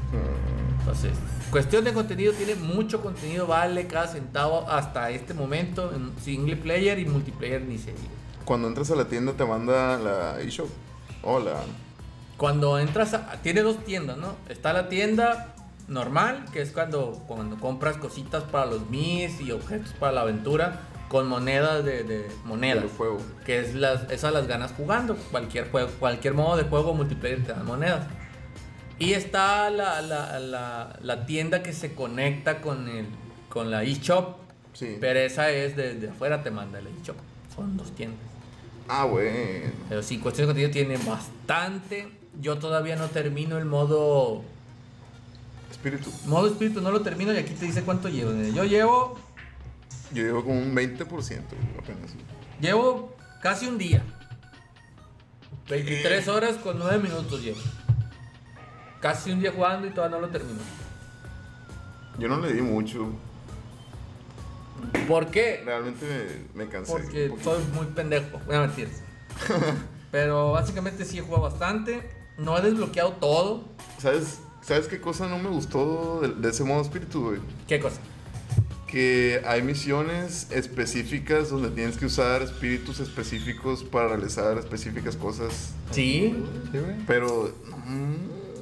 [SPEAKER 3] Entonces, cuestión de contenido, tiene mucho contenido, vale cada centavo hasta este momento en single player y multiplayer ni se diga.
[SPEAKER 2] Cuando entras a la tienda te manda la eShop. Hola.
[SPEAKER 3] Cuando entras, a- tiene dos tiendas, ¿no? Está la tienda normal, que es cuando, cuando compras cositas para los mis y objetos para la aventura con monedas de, de monedas.
[SPEAKER 2] El fuego.
[SPEAKER 3] que es las, esas las ganas jugando. Cualquier, juego, cualquier modo de juego multiplayer te dan monedas. Y está la, la, la- la tienda que se conecta con, el, con la eShop.
[SPEAKER 2] Sí.
[SPEAKER 3] Pero esa es desde afuera te manda la eShop. Son dos tiendas.
[SPEAKER 2] Ah, bueno.
[SPEAKER 3] Pero sí, cuestión de contenido tiene bastante. Yo todavía no termino el modo.
[SPEAKER 2] Espíritu.
[SPEAKER 3] Modo espíritu no lo termino y aquí te dice cuánto llevo. Mira, Yo llevo.
[SPEAKER 2] Yo llevo como un 20% apenas.
[SPEAKER 3] Llevo casi un día. 23 horas con 9 minutos llevo. Casi un día jugando y todavía no lo termino.
[SPEAKER 2] Yo no le di mucho.
[SPEAKER 3] ¿Por qué?
[SPEAKER 2] Realmente me, me cansé. pues
[SPEAKER 3] Porque
[SPEAKER 2] un poquito.
[SPEAKER 3] soy muy pendejo. Voy a mentir. Pero básicamente sí he jugado bastante. No he desbloqueado todo.
[SPEAKER 2] ¿Sabes, ¿Sabes qué cosa no me gustó de, de ese modo espíritu, güey?
[SPEAKER 3] ¿Qué cosa?
[SPEAKER 2] Que hay misiones específicas donde tienes que usar espíritus específicos para realizar específicas cosas.
[SPEAKER 3] Sí,
[SPEAKER 1] Sí, güey.
[SPEAKER 2] Pero mm,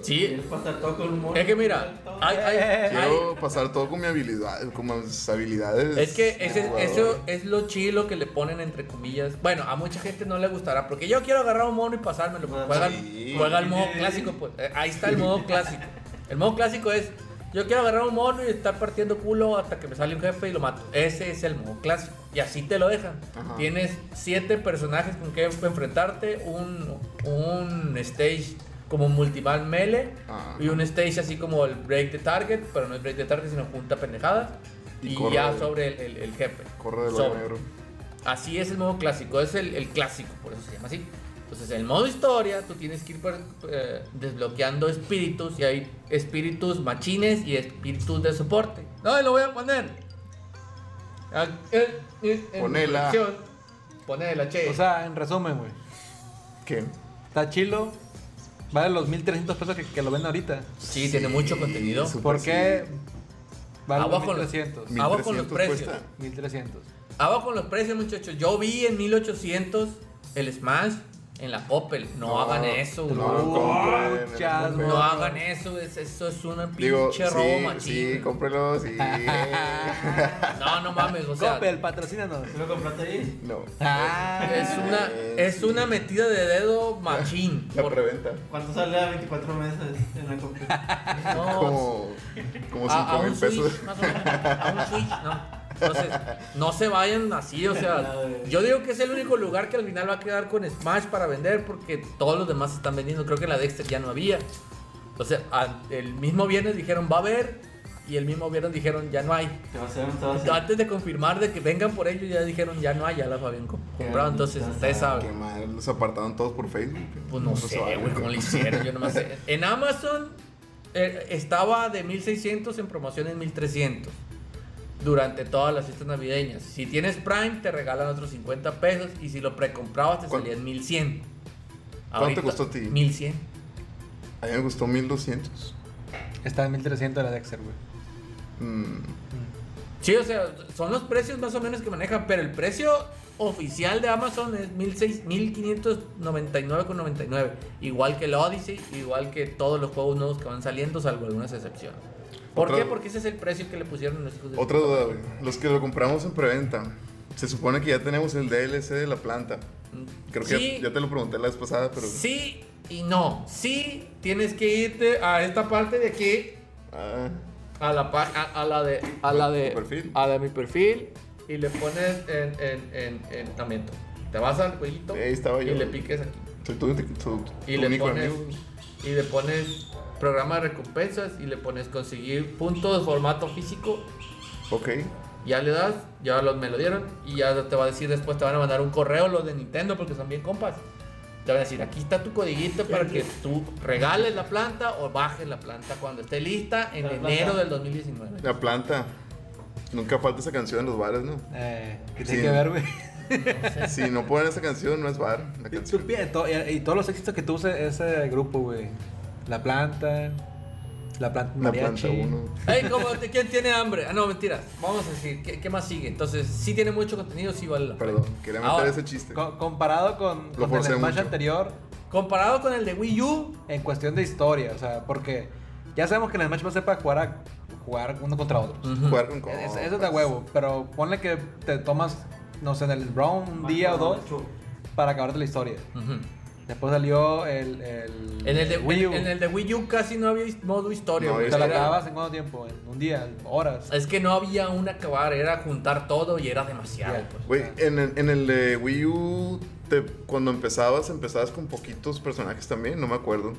[SPEAKER 3] sí.
[SPEAKER 4] ¿Quieres pasar todo con humor?
[SPEAKER 3] Es que mira, hay- hay- hay-
[SPEAKER 2] quiero pasar todo con mi habilidad, con mis habilidades.
[SPEAKER 3] Es que
[SPEAKER 2] de
[SPEAKER 3] ese-
[SPEAKER 2] jugador.
[SPEAKER 3] eso es lo chilo que le ponen entre comillas. Bueno, a mucha gente no le gustará porque yo quiero agarrar un mono y pasármelo.
[SPEAKER 4] Ah,
[SPEAKER 3] juega,
[SPEAKER 2] sí.
[SPEAKER 3] juega el modo clásico, pues. Eh, Ahí está el modo clásico. El modo clásico es yo quiero agarrar un mono y estar partiendo culo hasta que me sale un jefe y lo mato. Ese es el modo clásico. Y así te lo dejan.
[SPEAKER 2] Ajá.
[SPEAKER 3] Tienes siete personajes con que enfrentarte, un, un stage como multimal melee
[SPEAKER 2] Ajá.
[SPEAKER 3] y un stage así como el break the target, pero no es break the target, sino junta pendejadas.
[SPEAKER 2] Y
[SPEAKER 3] Y,
[SPEAKER 2] corre.
[SPEAKER 3] ya sobre el, el- el jefe.
[SPEAKER 2] Corre del
[SPEAKER 3] Sobre.
[SPEAKER 2] hoyo negro.
[SPEAKER 3] Así es el modo clásico, es el, el clásico, por eso se llama así. Entonces, en el modo historia, tú tienes que ir per- eh, desbloqueando espíritus y hay espíritus machines y espíritus de soporte. No, lo voy a poner. Ah, eh, eh, en
[SPEAKER 2] Ponela.
[SPEAKER 3] acción. Ponela, che.
[SPEAKER 1] O sea, en resumen, güey.
[SPEAKER 2] ¿Qué?
[SPEAKER 1] Está chilo. Vale los 1300 pesos que, que lo venden ahorita.
[SPEAKER 3] sí, tiene mucho contenido.
[SPEAKER 2] su-
[SPEAKER 1] ¿Por qué? Vale los
[SPEAKER 3] Abajo con los-
[SPEAKER 1] 1300.
[SPEAKER 3] mi- Abajo con los
[SPEAKER 2] 1300
[SPEAKER 3] precios.
[SPEAKER 2] cuesta.
[SPEAKER 1] 1300.
[SPEAKER 3] Abajo con los precios, muchachos. Yo vi en 1800 el Smash en la Opel. No, hagan eso,
[SPEAKER 2] No,
[SPEAKER 3] güey.
[SPEAKER 2] no,
[SPEAKER 1] No,
[SPEAKER 2] compren,
[SPEAKER 1] chas,
[SPEAKER 2] compren.
[SPEAKER 3] No
[SPEAKER 1] no.
[SPEAKER 3] hagan eso, es- eso es una pinche
[SPEAKER 2] Digo,
[SPEAKER 3] robo
[SPEAKER 2] sí,
[SPEAKER 3] machín.
[SPEAKER 2] sí, cómprelo, sí.
[SPEAKER 3] No, no mames, o sea,
[SPEAKER 1] Coppel, patrocínanos.
[SPEAKER 4] ¿Se lo compraste ahí?
[SPEAKER 2] no,
[SPEAKER 1] Ah,
[SPEAKER 3] es una, es una metida de dedo machín.
[SPEAKER 2] la
[SPEAKER 3] Por-
[SPEAKER 2] preventa.
[SPEAKER 4] ¿Cuánto sale a 24 meses en la compra?
[SPEAKER 3] no,
[SPEAKER 2] Como, como 5
[SPEAKER 3] a, Ah, a
[SPEAKER 2] mil
[SPEAKER 3] un
[SPEAKER 2] pesos.
[SPEAKER 3] Switch, más o menos, a un Switch, no. Entonces, no se vayan así, o sea, yo digo que es el único lugar que al final va a quedar con Smash para vender porque todos los demás están vendiendo. Creo que la Dexter ya no había. O sea, a- el mismo viernes dijeron va a haber y el mismo viernes dijeron ya no hay.
[SPEAKER 4] Te va a hacer un
[SPEAKER 2] Ah,
[SPEAKER 4] todo así.
[SPEAKER 3] Antes de confirmar de que vengan por ellos, ya dijeron ya no hay, ya las habían co- comprado. Entonces, ustedes
[SPEAKER 2] Qué
[SPEAKER 3] saben.
[SPEAKER 2] mal, los apartaron todos por Facebook.
[SPEAKER 3] Pues no
[SPEAKER 2] Eso se
[SPEAKER 3] sé,
[SPEAKER 2] vale.
[SPEAKER 3] güey, cómo le hicieron, yo nomás sé. En Amazon eh, estaba de 1600 en promoción en 1300 durante todas las fiestas navideñas. Si tienes Prime, te regalan otros 50 pesos y si lo precomprabas, te
[SPEAKER 2] ¿Cuán-
[SPEAKER 3] salía en 1100.
[SPEAKER 2] ¿Cuánto costó a ti?
[SPEAKER 3] 1100.
[SPEAKER 2] A mí me gustó 1200.
[SPEAKER 1] está en 1300 la Dexter, güey.
[SPEAKER 2] Mm,
[SPEAKER 3] Sí, o sea, son los precios más o menos que manejan, pero el precio oficial de Amazon es 1600 1599,99. Igual que el Odyssey, igual que todos los juegos nuevos que van saliendo, salvo algunas excepciones. ¿Por
[SPEAKER 2] Otra-
[SPEAKER 3] qué? Porque ese es el precio que le pusieron los hijos de
[SPEAKER 2] Otra duda, güey. Los que lo compramos en preventa, se supone que ya tenemos el DLC de la planta. Creo que
[SPEAKER 3] Sí.
[SPEAKER 2] ya, ya te lo pregunté la vez pasada, pero.
[SPEAKER 3] Sí y no. Sí, tienes que irte a esta parte de aquí,
[SPEAKER 2] Ah,
[SPEAKER 3] a la, pa- a, a la de. A la de.
[SPEAKER 2] Tu perfil.
[SPEAKER 3] A la de mi perfil. Y le pones en. en, en, en tamento. Te vas al jueguito.
[SPEAKER 2] Ahí estaba yo.
[SPEAKER 3] Y le piques aquí.
[SPEAKER 2] soy tu, tu- tu- tu
[SPEAKER 3] Y le
[SPEAKER 2] único
[SPEAKER 3] pones.
[SPEAKER 2] amigo.
[SPEAKER 3] Y le pones programa de recompensas. Y le pones conseguir puntos de formato físico.
[SPEAKER 2] Ok.
[SPEAKER 3] Ya le das, ya los me lo dieron y ya te va a decir después, te van a mandar un correo los de Nintendo porque son bien compas. Te van a decir, aquí está tu codiguito para que tú regales la planta o bajes la planta cuando esté lista en
[SPEAKER 4] La
[SPEAKER 3] enero
[SPEAKER 4] planta.
[SPEAKER 3] del 2019.
[SPEAKER 2] La planta. Nunca falta esa canción en los bares, ¿no?
[SPEAKER 1] Eh, ¿Qué
[SPEAKER 2] Sí.
[SPEAKER 1] tiene que ver, güey?
[SPEAKER 2] Si no ponen esa canción, no es bar. La
[SPEAKER 1] Y, tu
[SPEAKER 2] canción.
[SPEAKER 1] pie- eh, to- y- y todos los éxitos que tuvo ese, ese grupo, güey. La planta. La planta
[SPEAKER 2] La
[SPEAKER 1] mariachi.
[SPEAKER 2] planta uno.
[SPEAKER 3] Ey, ¿cómo te- ¿Quién tiene hambre? Ah, no, mentiras. Vamos a decir, ¿qué, qué más sigue? Entonces, sí tiene mucho contenido, sí vale la pena.
[SPEAKER 2] Perdón, quería meter
[SPEAKER 3] Ahora,
[SPEAKER 2] ese chiste.
[SPEAKER 1] Co- comparado con,
[SPEAKER 2] Lo
[SPEAKER 1] con el
[SPEAKER 2] forcé
[SPEAKER 1] Smash
[SPEAKER 2] mucho.
[SPEAKER 1] anterior,
[SPEAKER 3] Comparado con el de Wii U,
[SPEAKER 1] en cuestión de historia, o sea, porque ya sabemos que el Smash va a ser para jugar, a- jugar uno contra otro.
[SPEAKER 3] Mm.
[SPEAKER 2] Jugar con
[SPEAKER 1] Es-
[SPEAKER 2] compas.
[SPEAKER 1] eso es de huevo, pero ponle que te tomas, no sé, en el Brown un día o dos para acabarte la historia. Después salió el. el
[SPEAKER 3] en, el de,
[SPEAKER 1] Wii U.
[SPEAKER 3] en el de Wii U casi no había his- modo historia.
[SPEAKER 2] No,
[SPEAKER 3] güey.
[SPEAKER 1] Te la
[SPEAKER 3] Era-
[SPEAKER 1] acabas en cuánto tiempo? En un día, en horas.
[SPEAKER 3] Es que no había un acabar, era juntar todo y era demasiado.
[SPEAKER 1] Ya.
[SPEAKER 3] pues.
[SPEAKER 2] Güey, en, el- en el de Wii U, te- cuando empezabas, empezabas con poquitos personajes también, no me acuerdo.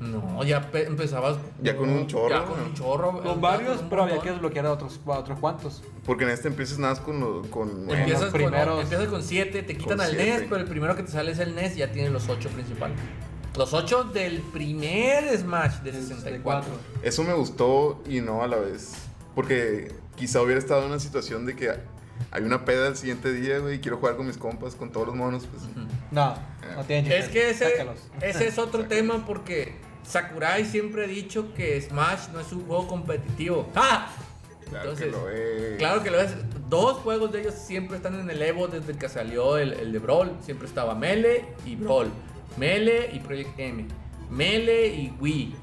[SPEAKER 3] No, ya pe- empezabas.
[SPEAKER 2] Ya con un chorro,
[SPEAKER 3] Ya con
[SPEAKER 2] ¿no?
[SPEAKER 3] un chorro.
[SPEAKER 1] Con
[SPEAKER 3] un-
[SPEAKER 1] varios,
[SPEAKER 3] un
[SPEAKER 1] pero había que
[SPEAKER 3] montón.
[SPEAKER 1] desbloquear a otros, a otros cuantos.
[SPEAKER 2] Porque en este empiezas nada más con. lo- con
[SPEAKER 1] Bueno,
[SPEAKER 3] Empiezas
[SPEAKER 1] los
[SPEAKER 3] con,
[SPEAKER 1] primeros-
[SPEAKER 3] empiezas con siete, te quitan
[SPEAKER 2] Con
[SPEAKER 3] al
[SPEAKER 2] siete.
[SPEAKER 3] NES, pero el primero que te sale es el NES y ya tienes los ocho principales. Los ocho del primer Smash
[SPEAKER 1] Este,
[SPEAKER 3] de 64.
[SPEAKER 2] Eso me gustó y no a la vez. Porque quizá hubiera estado en una situación de que hay una peda el siguiente día, güey, y quiero jugar con mis compas, con todos los monos. Pues,
[SPEAKER 1] No, no tiene chiste.
[SPEAKER 3] Es que ese,
[SPEAKER 1] Sácalos.
[SPEAKER 3] ese es otro tema porque Sakurai siempre ha dicho que Smash no es un juego competitivo. ¡Ah!
[SPEAKER 2] Claro
[SPEAKER 3] Entonces,
[SPEAKER 2] que lo es.
[SPEAKER 3] Claro que lo es. Dos juegos de ellos siempre están en el Evo desde que salió el, el de Brawl. Siempre estaba Mele y Brawl. Mele y Project M. Mele y Wii.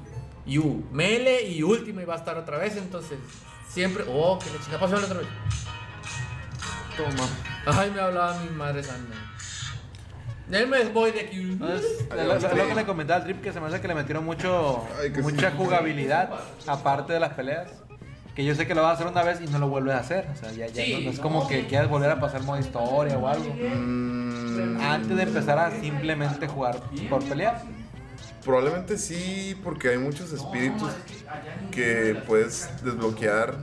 [SPEAKER 3] U. Mele y Ultimate va a estar otra vez. Entonces, siempre. Oh, que la chica pasó la otra vez.
[SPEAKER 2] Toma.
[SPEAKER 3] Ay, me hablaba mi madre Sandra. Él me voy de aquí.
[SPEAKER 2] Ah,
[SPEAKER 1] Entonces, lo, lo- lo que le comentaba al Trip que se me hace que le metieron mucho,
[SPEAKER 2] Ay, que sí.
[SPEAKER 1] mucha jugabilidad aparte de las peleas. Que yo sé que lo vas a hacer una vez y no lo vuelves a hacer. O sea, ya, ya
[SPEAKER 3] Sí,
[SPEAKER 1] no, no es
[SPEAKER 3] no,
[SPEAKER 1] como que quieras volver a pasar modo historia o algo.
[SPEAKER 2] Mm,
[SPEAKER 1] Antes de empezar a simplemente jugar por pelear.
[SPEAKER 2] probablemente sí, porque hay muchos espíritus que puedes desbloquear.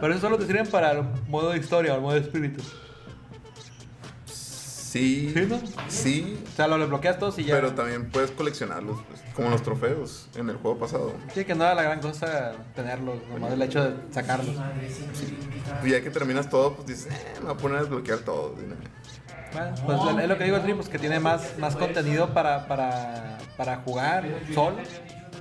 [SPEAKER 1] Pero eso solo te sirven para el modo historia o el modo espíritu.
[SPEAKER 2] Sí.
[SPEAKER 1] ¿Sí, no?
[SPEAKER 2] Sí.
[SPEAKER 1] O sea, lo desbloqueas todos y ya.
[SPEAKER 2] Pero también puedes coleccionarlos, pues, como los trofeos en el juego pasado.
[SPEAKER 1] Sí, que no era la gran cosa tenerlos, nomás el hecho de sacarlos.
[SPEAKER 2] Y ya que terminas todo, pues dices, eh, me voy a poner a desbloquear todo. de una vez".
[SPEAKER 1] Bueno, pues es lo que digo, Trip, pues que tiene más, más contenido para, para, para jugar solo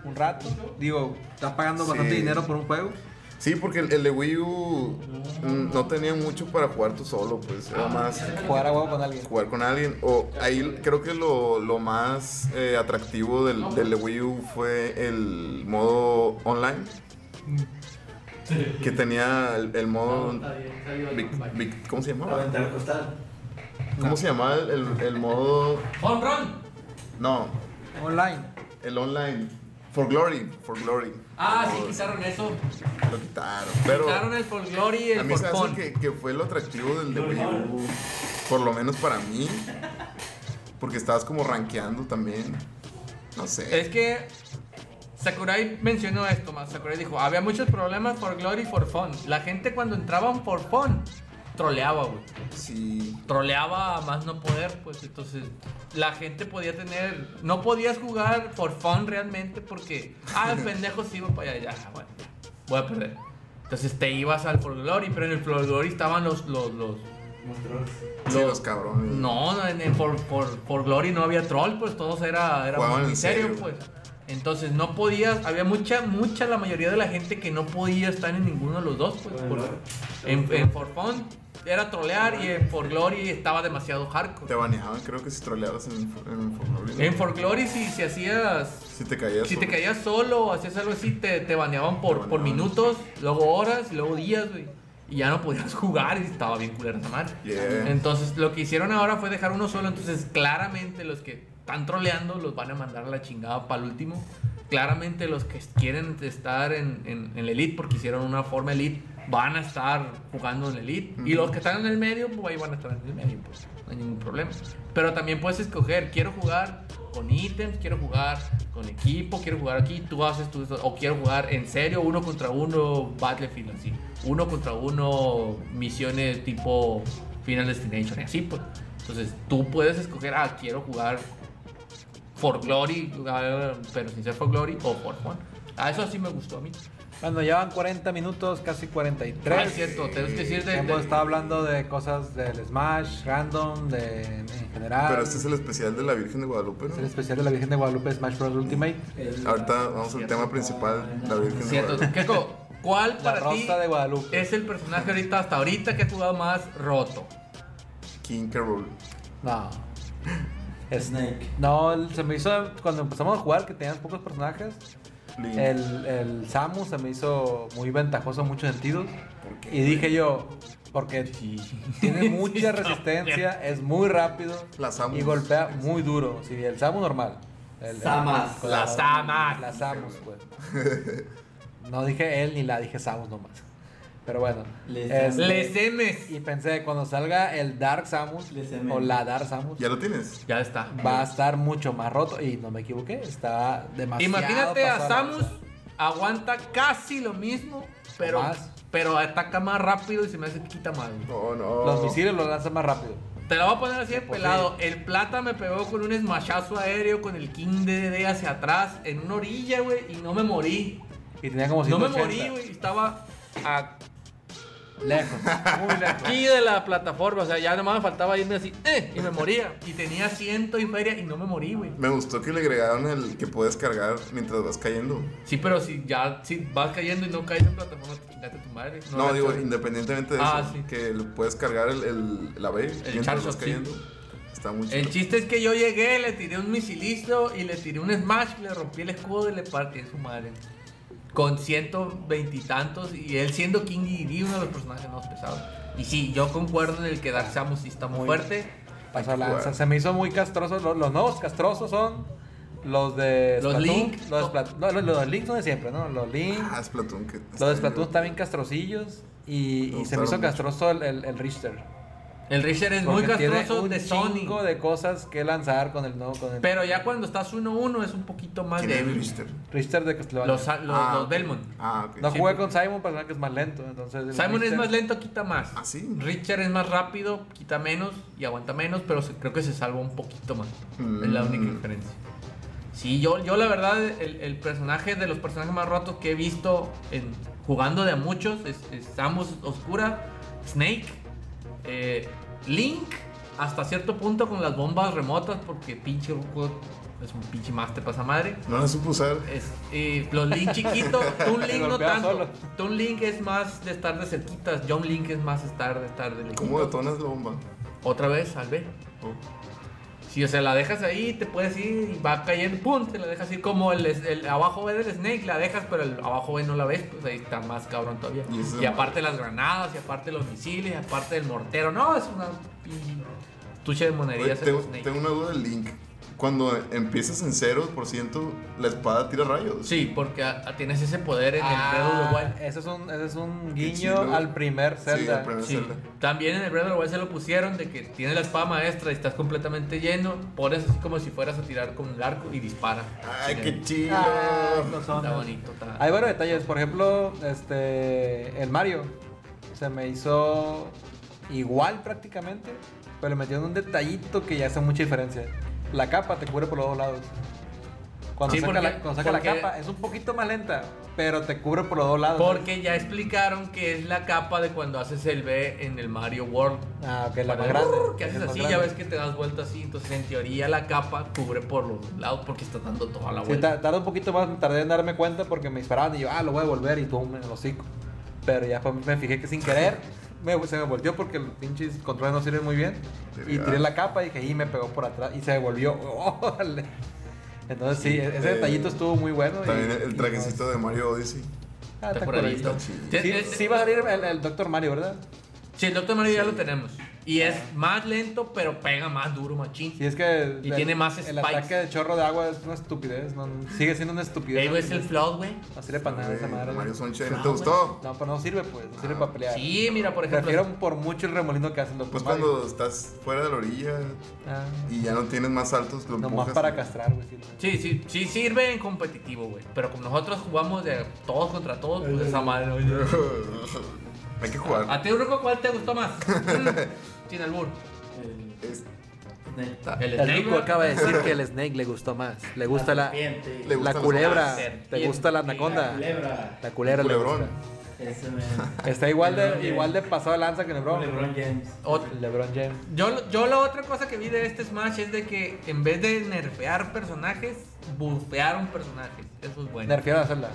[SPEAKER 1] un rato. Digo, está pagando
[SPEAKER 2] Sí.
[SPEAKER 1] bastante dinero por un juego.
[SPEAKER 2] Sí, porque el, el de Wii U mm, no tenía mucho para jugar tú solo, pues era más
[SPEAKER 1] Jugar a huevo con alguien.
[SPEAKER 2] jugar con alguien. O ahí creo que lo, lo más eh, atractivo del, del de Wii U fue el modo online. Que tenía el, el modo. Vic- Vic- ¿Cómo se llamaba?
[SPEAKER 4] Aventar el costal.
[SPEAKER 2] ¿Cómo se llamaba el, el- el modo.?
[SPEAKER 3] ¡Home run!
[SPEAKER 2] No,
[SPEAKER 1] Online.
[SPEAKER 2] el online. For Glory, For Glory.
[SPEAKER 3] Ah, sí, quitaron eso.
[SPEAKER 2] Lo quitaron. Pero
[SPEAKER 3] quitaron el For Glory y
[SPEAKER 2] a
[SPEAKER 3] el
[SPEAKER 2] mí se hace
[SPEAKER 3] For Fun.
[SPEAKER 2] que, que fue lo atractivo del de Wii U. Por lo menos para mí. Porque estabas como rankeando también. No sé.
[SPEAKER 3] Es que Sakurai mencionó esto más. Sakurai dijo, había muchos problemas por Glory y for Fun. La gente cuando entraban por Fun, troleaba, güey.
[SPEAKER 2] Sí.
[SPEAKER 3] Troleaba a más no poder, pues entonces la gente podía tener... No podías jugar for Fun realmente porque... Ah, el pendejo sí, voy para allá. Ya, bueno, ya, voy a perder. Entonces te ibas al For Glory, pero en el For Glory estaban los... los, los
[SPEAKER 4] Monstruos.
[SPEAKER 2] Sí,
[SPEAKER 3] Lo-
[SPEAKER 2] los cabrones.
[SPEAKER 3] no, no, en el por, por, por Glory no había troll, pues todos era, era
[SPEAKER 2] Jugaban
[SPEAKER 3] muy
[SPEAKER 2] en
[SPEAKER 3] serio,
[SPEAKER 2] serio.
[SPEAKER 3] pues. Entonces no podías, había mucha, mucha la mayoría de la gente que no podía estar en ninguno de los dos, pues.
[SPEAKER 4] Bueno.
[SPEAKER 3] por- en, en For Fun era trolear y en For Glory estaba demasiado
[SPEAKER 2] Te
[SPEAKER 3] hardcore.
[SPEAKER 2] baneaban, creo que si troleabas en, en For Glory.
[SPEAKER 3] En For Glory si, si hacías
[SPEAKER 2] Si te caías.
[SPEAKER 3] Si te
[SPEAKER 2] solo.
[SPEAKER 3] caías solo o hacías algo así, te, te baneaban por,
[SPEAKER 2] Te
[SPEAKER 3] por
[SPEAKER 2] baneaban.
[SPEAKER 3] minutos, luego horas y luego días, güey. Y ya no podías jugar y estaba bien culero esa madre.
[SPEAKER 2] Yeah.
[SPEAKER 3] Entonces, lo que hicieron ahora fue dejar uno solo. Entonces, claramente los que están troleando los van a mandar a la chingada para el último. Claramente los que quieren estar en, en, en la elite porque hicieron una forma elite van a estar jugando en la elite. Y los que están en el medio, pues ahí van a estar en el medio. Pues no hay ningún problema. Pero también puedes escoger, quiero jugar con ítems, quiero jugar con equipo, quiero jugar aquí, tú haces tú, o quiero jugar en serio, uno contra uno, Battlefield así, uno contra uno, misiones tipo Final Destination y así, pues. Entonces tú puedes escoger, ah, quiero jugar For Glory, jugar, pero sin ser For Glory, o For Fun. Ah, eso sí me gustó a mí.
[SPEAKER 1] Bueno, ya van 40 minutos, casi 43.
[SPEAKER 3] Ah, es cierto, tenemos que decir de- de-
[SPEAKER 1] Hemos estado hablando de cosas del Smash, random, de, en general.
[SPEAKER 2] Pero este es el especial de la Virgen de Guadalupe,
[SPEAKER 1] ah. Es el
[SPEAKER 2] ¿no?
[SPEAKER 1] especial de la Virgen de Guadalupe Smash Bros. Ultimate.
[SPEAKER 2] Ahorita vamos al tema principal, la Virgen de
[SPEAKER 3] Cierto,
[SPEAKER 2] Guadalupe.
[SPEAKER 3] Keiko, ¿cuál
[SPEAKER 1] La
[SPEAKER 3] para ti Eh.
[SPEAKER 1] Rosa de Guadalupe.
[SPEAKER 3] es el personaje ahorita, hasta ahorita, que has jugado más roto?
[SPEAKER 2] King Carol.
[SPEAKER 1] No. Este. Es-
[SPEAKER 4] Snake.
[SPEAKER 1] no, el- se me hizo cuando empezamos a jugar que tenías pocos personajes. El, el Samus se me hizo muy ventajoso en muchos sentidos. Y dije yo, porque tiene mucha resistencia, es muy rápido
[SPEAKER 2] La Samus.
[SPEAKER 1] y golpea muy duro. Sí, el Samus normal. El- el-
[SPEAKER 4] Samas.
[SPEAKER 1] con
[SPEAKER 3] La Samas.
[SPEAKER 1] La Samus, pues. No dije él ni la, dije Samus nomás. Pero bueno.
[SPEAKER 4] Les-
[SPEAKER 1] este,
[SPEAKER 3] Les emes.
[SPEAKER 1] y pensé, cuando salga el Dark Samus
[SPEAKER 4] Les amé.
[SPEAKER 1] o la Dark Samus,
[SPEAKER 2] ¿Ya lo tienes?
[SPEAKER 3] Ya está.
[SPEAKER 1] va a estar mucho más roto. Y no me equivoqué, está demasiado.
[SPEAKER 3] Imagínate a
[SPEAKER 1] pasado de
[SPEAKER 3] Samus,
[SPEAKER 1] lanza.
[SPEAKER 3] aguanta casi lo mismo, pero,
[SPEAKER 1] Más.
[SPEAKER 3] pero ataca más rápido y se me hace que quita más. güey.
[SPEAKER 2] No, Oh, no.
[SPEAKER 1] Los misiles los lanza más rápido.
[SPEAKER 3] Te la voy a poner así de
[SPEAKER 1] Pues
[SPEAKER 3] pelado. El plata me pegó con un smashazo aéreo con el King DDD hacia atrás en una orilla, güey, y no me morí.
[SPEAKER 1] Y tenía como
[SPEAKER 3] No me
[SPEAKER 1] 180.
[SPEAKER 3] morí, güey, estaba aquí
[SPEAKER 1] Lejos, muy lejos.
[SPEAKER 3] de la plataforma. O sea, ya nomás me faltaba irme así, eh, y me moría. Y tenía ciento y feria y no me morí, güey.
[SPEAKER 2] Me gustó que le agregaron el que puedes cargar mientras vas cayendo.
[SPEAKER 3] Sí, pero si ya si vas cayendo y no caes en plataforma, te chingaste a tu madre.
[SPEAKER 2] No,
[SPEAKER 3] la
[SPEAKER 2] digo,
[SPEAKER 3] chorri.
[SPEAKER 2] independientemente de
[SPEAKER 3] este, Ah,
[SPEAKER 2] eso,
[SPEAKER 3] sí.
[SPEAKER 2] que le puedes cargar el, el, la B mientras vas
[SPEAKER 3] charge shot, sí.
[SPEAKER 2] cayendo. Está muy chido.
[SPEAKER 3] El chiste es que yo llegué, le tiré un misilizo y le tiré un smash, le rompí el escudo y le partí su madre. Con 120 y tantos, y él siendo King Dedede, uno de los personajes más pesados. Y sí, yo concuerdo en el que Dark Samus sí está muy
[SPEAKER 1] Muy-
[SPEAKER 3] fuerte.
[SPEAKER 1] Pasó de lanza. Se me hizo muy castroso. Los, los nuevos castrosos son los de.
[SPEAKER 3] Los
[SPEAKER 1] Splatoon,
[SPEAKER 3] Link.
[SPEAKER 1] Los, de Splat- no, los, los Link son de siempre, ¿no? Los Link.
[SPEAKER 2] Ah, Splatoon. Que
[SPEAKER 1] Los de Splatoon están bien castrosillos. Y,
[SPEAKER 2] Me
[SPEAKER 1] y se me hizo
[SPEAKER 2] gustaron mucho.
[SPEAKER 1] castroso el, el, el Richter.
[SPEAKER 3] El Richter es muy
[SPEAKER 1] Porque tiene
[SPEAKER 3] castroso
[SPEAKER 1] un
[SPEAKER 3] de Sonic.
[SPEAKER 1] chingo de cosas que lanzar con el nuevo. Con el
[SPEAKER 3] Pero ya cuando estás 1-1 es un poquito más
[SPEAKER 2] ¿Quién es
[SPEAKER 3] débil.
[SPEAKER 2] Richter?
[SPEAKER 1] Richter de Castlevania.
[SPEAKER 3] Los, los,
[SPEAKER 2] Ah,
[SPEAKER 3] los
[SPEAKER 2] ok.
[SPEAKER 3] Belmont.
[SPEAKER 2] Ah, ok.
[SPEAKER 1] no
[SPEAKER 3] sí,
[SPEAKER 1] jugué
[SPEAKER 3] porque-
[SPEAKER 1] con Simon, personaje que es más lento. Entonces el
[SPEAKER 3] Simon es
[SPEAKER 1] Richter-
[SPEAKER 3] más lento, quita más.
[SPEAKER 2] Ah, sí.
[SPEAKER 3] Richard es más rápido, quita menos y aguanta menos, pero se- creo que se salva un poquito más. Es la única
[SPEAKER 2] Mm.
[SPEAKER 3] diferencia. Sí, yo, yo la verdad, el, el personaje de los personajes más rotos que he visto en- jugando de a muchos es, es Samus Oscura, Snake, eh, Link, hasta cierto punto con las bombas remotas, porque pinche Ruko es un pinche master pasa madre.
[SPEAKER 2] No la supo usar.
[SPEAKER 3] Es- y los Link chiquitos, Toon Link no
[SPEAKER 1] golpea
[SPEAKER 3] tanto.
[SPEAKER 1] solo.
[SPEAKER 3] Toon Link es más de estar de cerquitas, John Link es más estar de estar de lejitos.
[SPEAKER 2] ¿Cómo detonas la bomba?
[SPEAKER 3] Otra vez, al B.
[SPEAKER 2] Oh.
[SPEAKER 3] Si o sea, la dejas ahí, te puedes ir y va cayendo, pum, te la dejas ir como el, el abajo B del Snake, la dejas, pero el abajo B no la ves, pues ahí está más cabrón todavía.
[SPEAKER 2] Y eso es
[SPEAKER 3] Y, aparte las granadas, y aparte los misiles, y aparte el mortero, no, es una pinche tuche de
[SPEAKER 2] Oye,
[SPEAKER 3] monerías.
[SPEAKER 2] tengo,
[SPEAKER 3] el Snake.
[SPEAKER 2] tengo una duda del Link. Cuando empiezas en 0%, la espada tira rayos.
[SPEAKER 3] Sí, porque ah, tienes ese poder en
[SPEAKER 1] Ah,
[SPEAKER 3] el dedo de Wild.
[SPEAKER 1] Ese es un, ese es un
[SPEAKER 2] Qué
[SPEAKER 1] guiño
[SPEAKER 2] chido.
[SPEAKER 1] al primer
[SPEAKER 2] Sí,
[SPEAKER 1] Zelda.
[SPEAKER 2] al primer
[SPEAKER 3] Sí.
[SPEAKER 2] Zelda.
[SPEAKER 3] También en el Breath of the Wild se lo pusieron de que tiene la espada maestra y estás completamente lleno, pones así como si fueras a tirar con el arco y dispara.
[SPEAKER 2] Ay,
[SPEAKER 3] Sí,
[SPEAKER 2] qué chido.
[SPEAKER 1] Ah, no son-
[SPEAKER 3] Está bonito, está.
[SPEAKER 1] Hay varios detalles, por ejemplo, este el Mario se me hizo igual prácticamente, pero le metieron un detallito que ya hace mucha diferencia. La capa te cubre por los dos lados. Cuando
[SPEAKER 3] Sí,
[SPEAKER 1] saca,
[SPEAKER 3] porque-
[SPEAKER 1] la, cuando saca la
[SPEAKER 3] porque-
[SPEAKER 1] capa es un poquito más lenta, pero te cubre por los dos lados.
[SPEAKER 3] Porque ya explicaron que es la capa de cuando haces el B en el Mario World.
[SPEAKER 1] Ah, ok, la
[SPEAKER 3] Cuando-
[SPEAKER 1] más grande.
[SPEAKER 3] Que
[SPEAKER 1] es
[SPEAKER 3] haces
[SPEAKER 1] más
[SPEAKER 3] así,
[SPEAKER 1] grande.
[SPEAKER 3] ya ves que te das vuelta así, entonces en teoría la capa cubre por los lados porque estás dando toda la
[SPEAKER 1] Sí,
[SPEAKER 3] vuelta.
[SPEAKER 1] ta- tardé un poquito más, tardé en darme cuenta porque me disparaban y yo, ah, lo voy a volver y tú me lo hocico. Pero ya después me fijé que sin querer me- se me volteó porque los pinches controles no sirven muy bien. Y tiré la capa y dije, y me pegó por atrás y se devolvió. ¡Órale! Entonces sí, e-, ese
[SPEAKER 2] Eh,
[SPEAKER 1] detallito estuvo muy bueno. y-
[SPEAKER 2] También el
[SPEAKER 1] y
[SPEAKER 2] trajecito de Mario Odyssey.
[SPEAKER 1] no, ah,
[SPEAKER 3] Está Eh,
[SPEAKER 1] está
[SPEAKER 3] por ahí.
[SPEAKER 1] curadito.
[SPEAKER 3] Te-
[SPEAKER 1] Sí,
[SPEAKER 3] te-
[SPEAKER 1] sí va a salir el, el Doctor Mario, ¿verdad?
[SPEAKER 3] Sí, el Doctor Mario ya lo tenemos. Y es más lento, pero pega más duro, machín.
[SPEAKER 1] Y es que el,
[SPEAKER 3] Y tiene más
[SPEAKER 1] el
[SPEAKER 3] spikes.
[SPEAKER 1] ataque de chorro de agua es una estupidez, no, sigue siendo una estupidez.
[SPEAKER 3] Ahí ves el flow, güey.
[SPEAKER 1] Así le panada esa madre.
[SPEAKER 2] Mario
[SPEAKER 1] güey.
[SPEAKER 2] Sunshine, ¿no te
[SPEAKER 3] Flower.
[SPEAKER 2] gustó?
[SPEAKER 1] No, pero no sirve pues, no sirve para pelear.
[SPEAKER 3] Ah, Sí, mira, por ejemplo.
[SPEAKER 1] Prefiero por mucho el remolino que hacen los
[SPEAKER 2] Pues
[SPEAKER 1] Mario.
[SPEAKER 2] cuando estás fuera de la orilla
[SPEAKER 1] Ah,
[SPEAKER 2] y ya no tienes más saltos, lo
[SPEAKER 1] nomás
[SPEAKER 2] empujas.
[SPEAKER 1] para castrar, güey. sí, güey.
[SPEAKER 3] Sí, sí, sí sirve en competitivo, güey. Pero como nosotros jugamos de todos contra todos, pues esa madre, oye.
[SPEAKER 2] Hay que jugar.
[SPEAKER 3] ¿A ti, Urco, cuál te gustó más? Mm, Sin albur.
[SPEAKER 4] El-
[SPEAKER 2] Es-
[SPEAKER 4] el-
[SPEAKER 3] El
[SPEAKER 5] El
[SPEAKER 3] Snake,
[SPEAKER 5] rico
[SPEAKER 3] güey.
[SPEAKER 5] acaba de decir que el Snake le gustó más. Le gusta la,
[SPEAKER 4] serpiente.
[SPEAKER 2] Le
[SPEAKER 5] la
[SPEAKER 2] gustan los
[SPEAKER 5] culebra.
[SPEAKER 3] guantes.
[SPEAKER 5] Te gusta la anaconda.
[SPEAKER 4] La culebra.
[SPEAKER 5] La culebra le
[SPEAKER 2] Culebrón.
[SPEAKER 5] gusta.
[SPEAKER 4] Ese me-
[SPEAKER 1] Está igual
[SPEAKER 4] LeBron
[SPEAKER 1] de,
[SPEAKER 4] James.
[SPEAKER 1] igual de pasado de lanza que LeBron.
[SPEAKER 4] LeBron James.
[SPEAKER 3] Ot-
[SPEAKER 1] LeBron James.
[SPEAKER 3] Yo, yo la otra cosa que vi de este Smash es de que en vez de nerfear personajes, bufearon personajes. Eso es bueno.
[SPEAKER 1] Nerfearon a Zelda.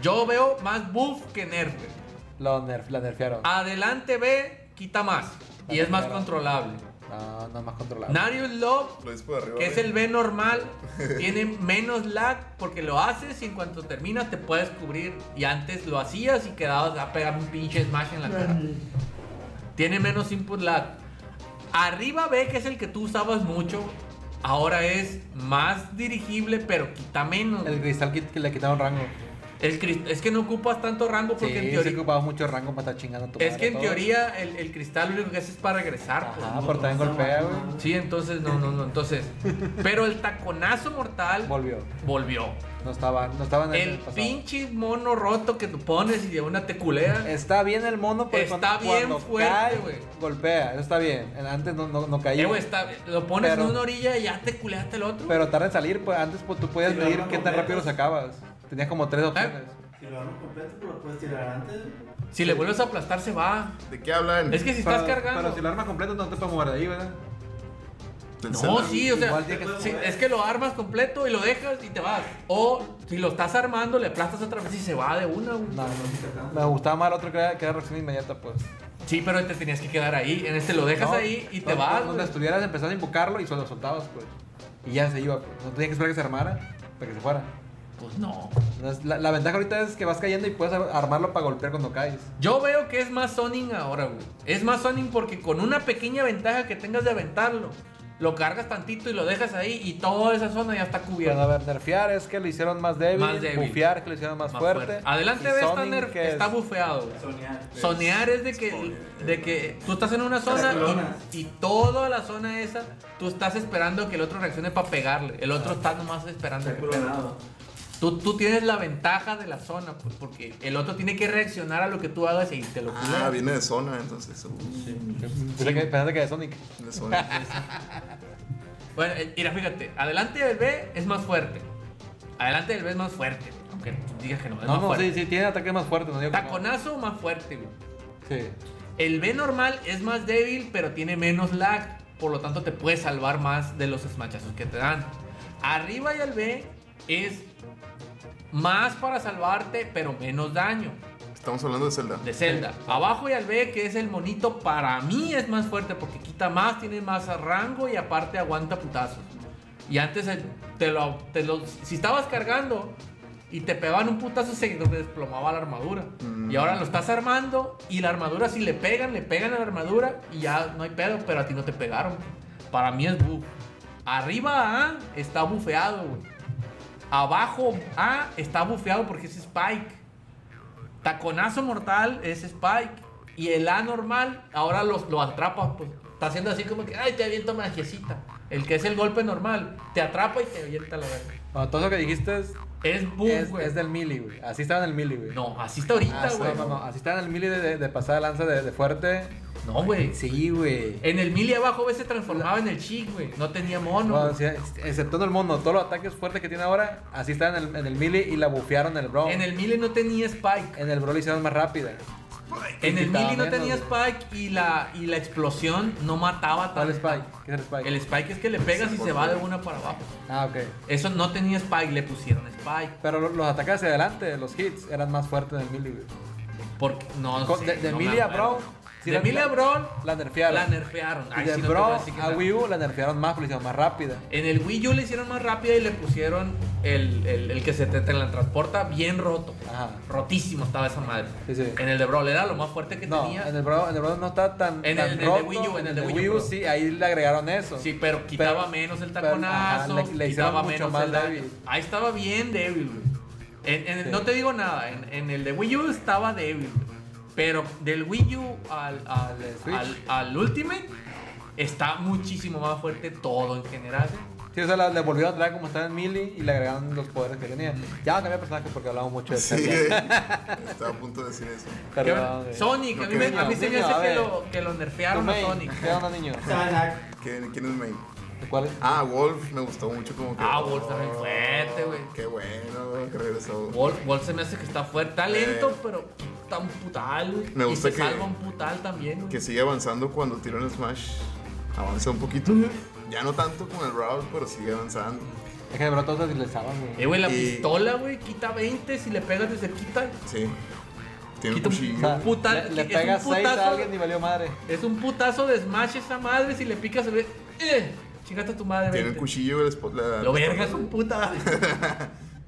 [SPEAKER 3] Yo veo más buff que nerf. güey.
[SPEAKER 1] Lo nerf, la nerfearon.
[SPEAKER 3] Ah. Adelante B quita más y es más controlable.
[SPEAKER 1] No, no más controlado.
[SPEAKER 3] Narius Love,
[SPEAKER 2] Lo dices por arriba.
[SPEAKER 3] que es
[SPEAKER 2] güey.
[SPEAKER 3] el B normal, tiene menos lag porque lo haces y en cuanto terminas te puedes cubrir. Y antes lo hacías y quedabas a pegar un pinche smash en la cara. Tiene menos input lag. Arriba B, que es el que tú usabas mucho, ahora es más dirigible pero quita menos.
[SPEAKER 1] El cristal que, que le quitaron rango.
[SPEAKER 3] El cris- es que no ocupas tanto rango
[SPEAKER 1] Sí,
[SPEAKER 3] porque en
[SPEAKER 1] se
[SPEAKER 3] teoría...
[SPEAKER 1] ocupaba mucho rango para estar chingando a tu
[SPEAKER 3] Es
[SPEAKER 1] madre
[SPEAKER 3] que en
[SPEAKER 1] todo.
[SPEAKER 3] teoría el, el cristal lo único que hace es para regresar. pues,
[SPEAKER 1] Ajá,
[SPEAKER 3] ¿no?
[SPEAKER 1] pero también golpea, güey.
[SPEAKER 3] Sí, entonces, no, no, no, entonces. Pero el taconazo mortal
[SPEAKER 1] Volvió.
[SPEAKER 3] volvió.
[SPEAKER 1] No estaba, no estaba en el,
[SPEAKER 3] El
[SPEAKER 1] pasado.
[SPEAKER 3] pinche mono roto que tú pones y de una te culea. Eh,
[SPEAKER 1] Está bien el mono, pero
[SPEAKER 3] Está
[SPEAKER 1] cuando-
[SPEAKER 3] bien
[SPEAKER 1] cuando
[SPEAKER 3] fuerte,
[SPEAKER 1] cae,
[SPEAKER 3] güey.
[SPEAKER 1] Golpea, eso está bien. Antes no, no, no caía.
[SPEAKER 3] Eh, güey, está- lo pones
[SPEAKER 1] Pero-
[SPEAKER 3] en una orilla y ya te culeaste el otro.
[SPEAKER 1] Pero tarda en salir, pues antes pues, tú podías
[SPEAKER 4] Sí,
[SPEAKER 1] medir
[SPEAKER 4] pero no
[SPEAKER 1] qué tan
[SPEAKER 4] completas.
[SPEAKER 1] rápido lo sacabas. Tenías como
[SPEAKER 3] Ah,
[SPEAKER 1] tres opciones.
[SPEAKER 4] Si lo armas completo, pues lo puedes tirar antes.
[SPEAKER 3] si le vuelves a aplastar, se va.
[SPEAKER 2] ¿De qué hablan?
[SPEAKER 3] Es que si estás cargando.
[SPEAKER 1] lo armas completo no te puedes mover de ahí, ¿verdad?
[SPEAKER 2] Del
[SPEAKER 3] No,
[SPEAKER 2] Zelda.
[SPEAKER 3] sí, o sea,
[SPEAKER 1] Igual tiene que-
[SPEAKER 3] sí, es que lo armas completo y lo dejas y te vas. O si lo estás armando, le aplastas otra vez y se va de una. güey.
[SPEAKER 1] No, no. Me gustaba más el otro que era, que era reacción inmediata, pues.
[SPEAKER 3] Sí, pero te tenías que quedar ahí. En este lo dejas
[SPEAKER 1] No,
[SPEAKER 3] ahí y te
[SPEAKER 1] no,
[SPEAKER 3] vas.
[SPEAKER 1] Donde
[SPEAKER 3] güey.
[SPEAKER 1] estuvieras empezabas a invocarlo y solo soltabas, pues. Y ya se iba, pues. No tenías que esperar que se armara para que se fuera.
[SPEAKER 3] Pues no.
[SPEAKER 1] Entonces, la, la ventaja ahorita es que vas cayendo y puedes ar- armarlo para golpear cuando caes.
[SPEAKER 3] Yo veo que es más Sonic ahora, güey. Es más Sonic porque con una pequeña ventaja que tengas de aventarlo, lo cargas tantito y lo dejas ahí y toda esa zona ya está
[SPEAKER 1] Bueno, a
[SPEAKER 3] cubierta.
[SPEAKER 1] ver, nerfear es que lo hicieron más débil.
[SPEAKER 3] Más débil.
[SPEAKER 1] Bufear que lo hicieron más,
[SPEAKER 3] Más
[SPEAKER 1] fuerte.
[SPEAKER 3] Adelante
[SPEAKER 1] Y
[SPEAKER 3] ve, está,
[SPEAKER 1] Sonic,
[SPEAKER 3] nerf-
[SPEAKER 1] que es-
[SPEAKER 3] está bufeado. güey.
[SPEAKER 4] Sonear.
[SPEAKER 3] Sonear es de que, de que tú estás en una zona
[SPEAKER 4] clonas.
[SPEAKER 3] y, y toda la zona esa, tú estás esperando que el otro reaccione para pegarle. El otro está nomás esperando
[SPEAKER 4] Está
[SPEAKER 3] que pegue.
[SPEAKER 4] clonado.
[SPEAKER 3] Tú, tú tienes la ventaja de la zona, pues, porque el otro tiene que reaccionar a lo que tú hagas y te lo
[SPEAKER 2] Ah,
[SPEAKER 3] culea.
[SPEAKER 2] viene de zona, entonces. uh,
[SPEAKER 1] Pensé que- pensé que de Sonic.
[SPEAKER 2] de zona.
[SPEAKER 3] Bueno, eh, mira, fíjate, adelante del B es más fuerte. Adelante del B es más fuerte, aunque tú digas que no, es
[SPEAKER 1] No,
[SPEAKER 3] más
[SPEAKER 1] no,
[SPEAKER 3] fuerte.
[SPEAKER 1] sí, sí, tiene ataques más fuertes. No digo que no.
[SPEAKER 3] Taconazo más fuerte, güey.
[SPEAKER 1] Sí.
[SPEAKER 3] El B normal es más débil, pero tiene menos lag, por lo tanto te puede salvar más de los smashazos que te dan. Arriba y el B es más para salvarte, pero menos daño.
[SPEAKER 2] Estamos hablando de Zelda.
[SPEAKER 3] de Zelda. Abajo y al B, que es el monito, para mí es más fuerte porque quita más, tiene más rango y aparte aguanta putazos. Y antes eh, te lo, te lo- si estabas cargando y te pegaban un putazo, se desplomaba la armadura.
[SPEAKER 2] Mm.
[SPEAKER 3] Y ahora lo estás armando y la armadura, si le pegan, le pegan a la armadura y ya no hay pedo, pero a ti no te pegaron. Para mí es buff. Arriba A está bufeado, güey. Abajo A está bufeado porque es Spike. Taconazo mortal es Spike. Y el A normal ahora los, lo atrapa. Pues. Está haciendo así como que, ay, te aviento magiecita. El que es el golpe normal, te atrapa y te avienta la verga.
[SPEAKER 1] Bueno, todo lo que dijiste es,
[SPEAKER 3] Es boom,
[SPEAKER 1] es,
[SPEAKER 3] güey.
[SPEAKER 1] es del melee, güey. Así estaba en el melee, güey.
[SPEAKER 3] No, así está
[SPEAKER 1] Ah,
[SPEAKER 3] ahorita,
[SPEAKER 1] sí,
[SPEAKER 3] güey.
[SPEAKER 1] no, no, Así estaba en el melee de, de, de pasada lanza de, de fuerte. Eh,
[SPEAKER 3] No, güey.
[SPEAKER 1] Sí, güey.
[SPEAKER 3] En el mili abajo, güey, se transformaba en el chic, güey. No tenía mono.
[SPEAKER 1] Bueno,
[SPEAKER 3] güey.
[SPEAKER 1] sí, ex- exceptuando el mono, todos los ataques fuertes que tiene ahora, así están en el, en el melee y la bufearon el bro.
[SPEAKER 3] En el mili no tenía Spike.
[SPEAKER 1] en el bro lo hicieron más rápida.
[SPEAKER 3] En el
[SPEAKER 1] quitaba
[SPEAKER 3] mili no
[SPEAKER 1] menos,
[SPEAKER 3] tenía Spike y la, y la explosión no mataba
[SPEAKER 1] ¿Cuál
[SPEAKER 3] tanto.
[SPEAKER 1] Spike? ¿Qué es el Spike?
[SPEAKER 3] El Spike es que le pegas y se va de una para abajo.
[SPEAKER 1] Ah, ok.
[SPEAKER 3] Eso no tenía Spike, le pusieron Spike.
[SPEAKER 1] Pero lo- los ataques hacia adelante, los hits, eran más fuertes en el melee, güey.
[SPEAKER 3] Porque no
[SPEAKER 1] Con-
[SPEAKER 3] sé,
[SPEAKER 1] de de
[SPEAKER 3] no me
[SPEAKER 1] melee a
[SPEAKER 3] acuerdo.
[SPEAKER 1] bro, Sí,
[SPEAKER 3] de
[SPEAKER 1] la-
[SPEAKER 3] mi LeBron
[SPEAKER 1] La nerfearon.
[SPEAKER 3] la nerfearon.
[SPEAKER 1] Y
[SPEAKER 3] Ay,
[SPEAKER 1] de
[SPEAKER 3] sí, no te
[SPEAKER 1] Bro
[SPEAKER 3] voy a decir que
[SPEAKER 1] a
[SPEAKER 3] la-
[SPEAKER 1] Wii U la nerfearon más porque la hicieron más rápida.
[SPEAKER 3] En el Wii U le hicieron más rápida y le pusieron el, el- el que se te transporta bien roto.
[SPEAKER 1] Ajá.
[SPEAKER 3] Rotísimo estaba esa madre.
[SPEAKER 1] Sí, sí.
[SPEAKER 3] En el de Brawl era lo más fuerte que
[SPEAKER 1] No,
[SPEAKER 3] tenía.
[SPEAKER 1] en el, Bro, en el Bro no está tan.
[SPEAKER 3] En
[SPEAKER 1] tan
[SPEAKER 3] el de
[SPEAKER 1] roto.
[SPEAKER 3] Wii U, en el de Wii
[SPEAKER 1] Wii
[SPEAKER 3] U,
[SPEAKER 1] U
[SPEAKER 3] perdón.
[SPEAKER 1] sí, ahí le agregaron eso.
[SPEAKER 3] Sí, pero quitaba menos el
[SPEAKER 1] pero- ajá,
[SPEAKER 3] taconazo,
[SPEAKER 1] le- le hicieron
[SPEAKER 3] quitaba
[SPEAKER 1] mucho
[SPEAKER 3] menos
[SPEAKER 1] más
[SPEAKER 3] el daño.
[SPEAKER 1] débil.
[SPEAKER 3] Ahí estaba bien débil, güey. En- en el-
[SPEAKER 1] Sí.
[SPEAKER 3] No te digo nada, en, en el de Wii U estaba débil. güey. Pero del Wii U al, al,
[SPEAKER 1] Al Switch.
[SPEAKER 3] al- al Ultimate está muchísimo más fuerte todo en general.
[SPEAKER 1] Sí, o sea, la- le volvieron a traer como estaba en Melee y le agregaron los poderes que tenía. Ya van a cambiar personajes porque hablamos mucho de
[SPEAKER 2] Sí,
[SPEAKER 1] eso.
[SPEAKER 2] estaba a punto de decir eso.
[SPEAKER 1] Perdón,
[SPEAKER 3] Que-
[SPEAKER 1] güey.
[SPEAKER 3] Sonic, a mí, me-
[SPEAKER 1] Niño,
[SPEAKER 3] a mí se me
[SPEAKER 1] niño, a
[SPEAKER 3] hace que
[SPEAKER 1] ver.
[SPEAKER 3] lo, que lo
[SPEAKER 1] Tu
[SPEAKER 3] nerfearon a
[SPEAKER 1] main,
[SPEAKER 3] Sonic.
[SPEAKER 1] ¿Qué onda, niño?
[SPEAKER 4] Sanak.
[SPEAKER 2] ¿Quién, quién es May?
[SPEAKER 1] ¿Cuál es?
[SPEAKER 2] Ah, Wolf me gustó mucho como que.
[SPEAKER 3] Ah, Wolf también fuerte, güey.
[SPEAKER 2] Qué bueno que regresó.
[SPEAKER 3] Wolf, Wolf se me hace que está fuerte, está lento,
[SPEAKER 2] Eh.
[SPEAKER 3] pero está un putal, güey.
[SPEAKER 2] Me gusta
[SPEAKER 3] y se
[SPEAKER 2] que-
[SPEAKER 3] salva un putal también, güey.
[SPEAKER 2] Que sigue avanzando cuando tiro en Smash. Avanza un poquito. Ya no tanto con el Brawl, pero sigue avanzando.
[SPEAKER 1] Es que de verdad todos se deslizaban,
[SPEAKER 3] Eh,
[SPEAKER 1] güey.
[SPEAKER 3] güey, la
[SPEAKER 2] Y-
[SPEAKER 3] pistola, güey, quita 20 si le pegas de cerquita.
[SPEAKER 2] Sí. Tiene un
[SPEAKER 3] Quita un- Ah,
[SPEAKER 1] O
[SPEAKER 2] cuchillo.
[SPEAKER 1] sea,
[SPEAKER 3] puta-
[SPEAKER 1] le, le
[SPEAKER 3] es un
[SPEAKER 1] pegas seis
[SPEAKER 3] putazo.
[SPEAKER 1] a alguien y valió madre.
[SPEAKER 3] Es un putazo de smash esa madre si le picas, güey. Eh, chingate a tu madre,
[SPEAKER 2] Tiene el
[SPEAKER 3] 20.
[SPEAKER 2] cuchillo, el spot. La,
[SPEAKER 3] Lo verga es un puta.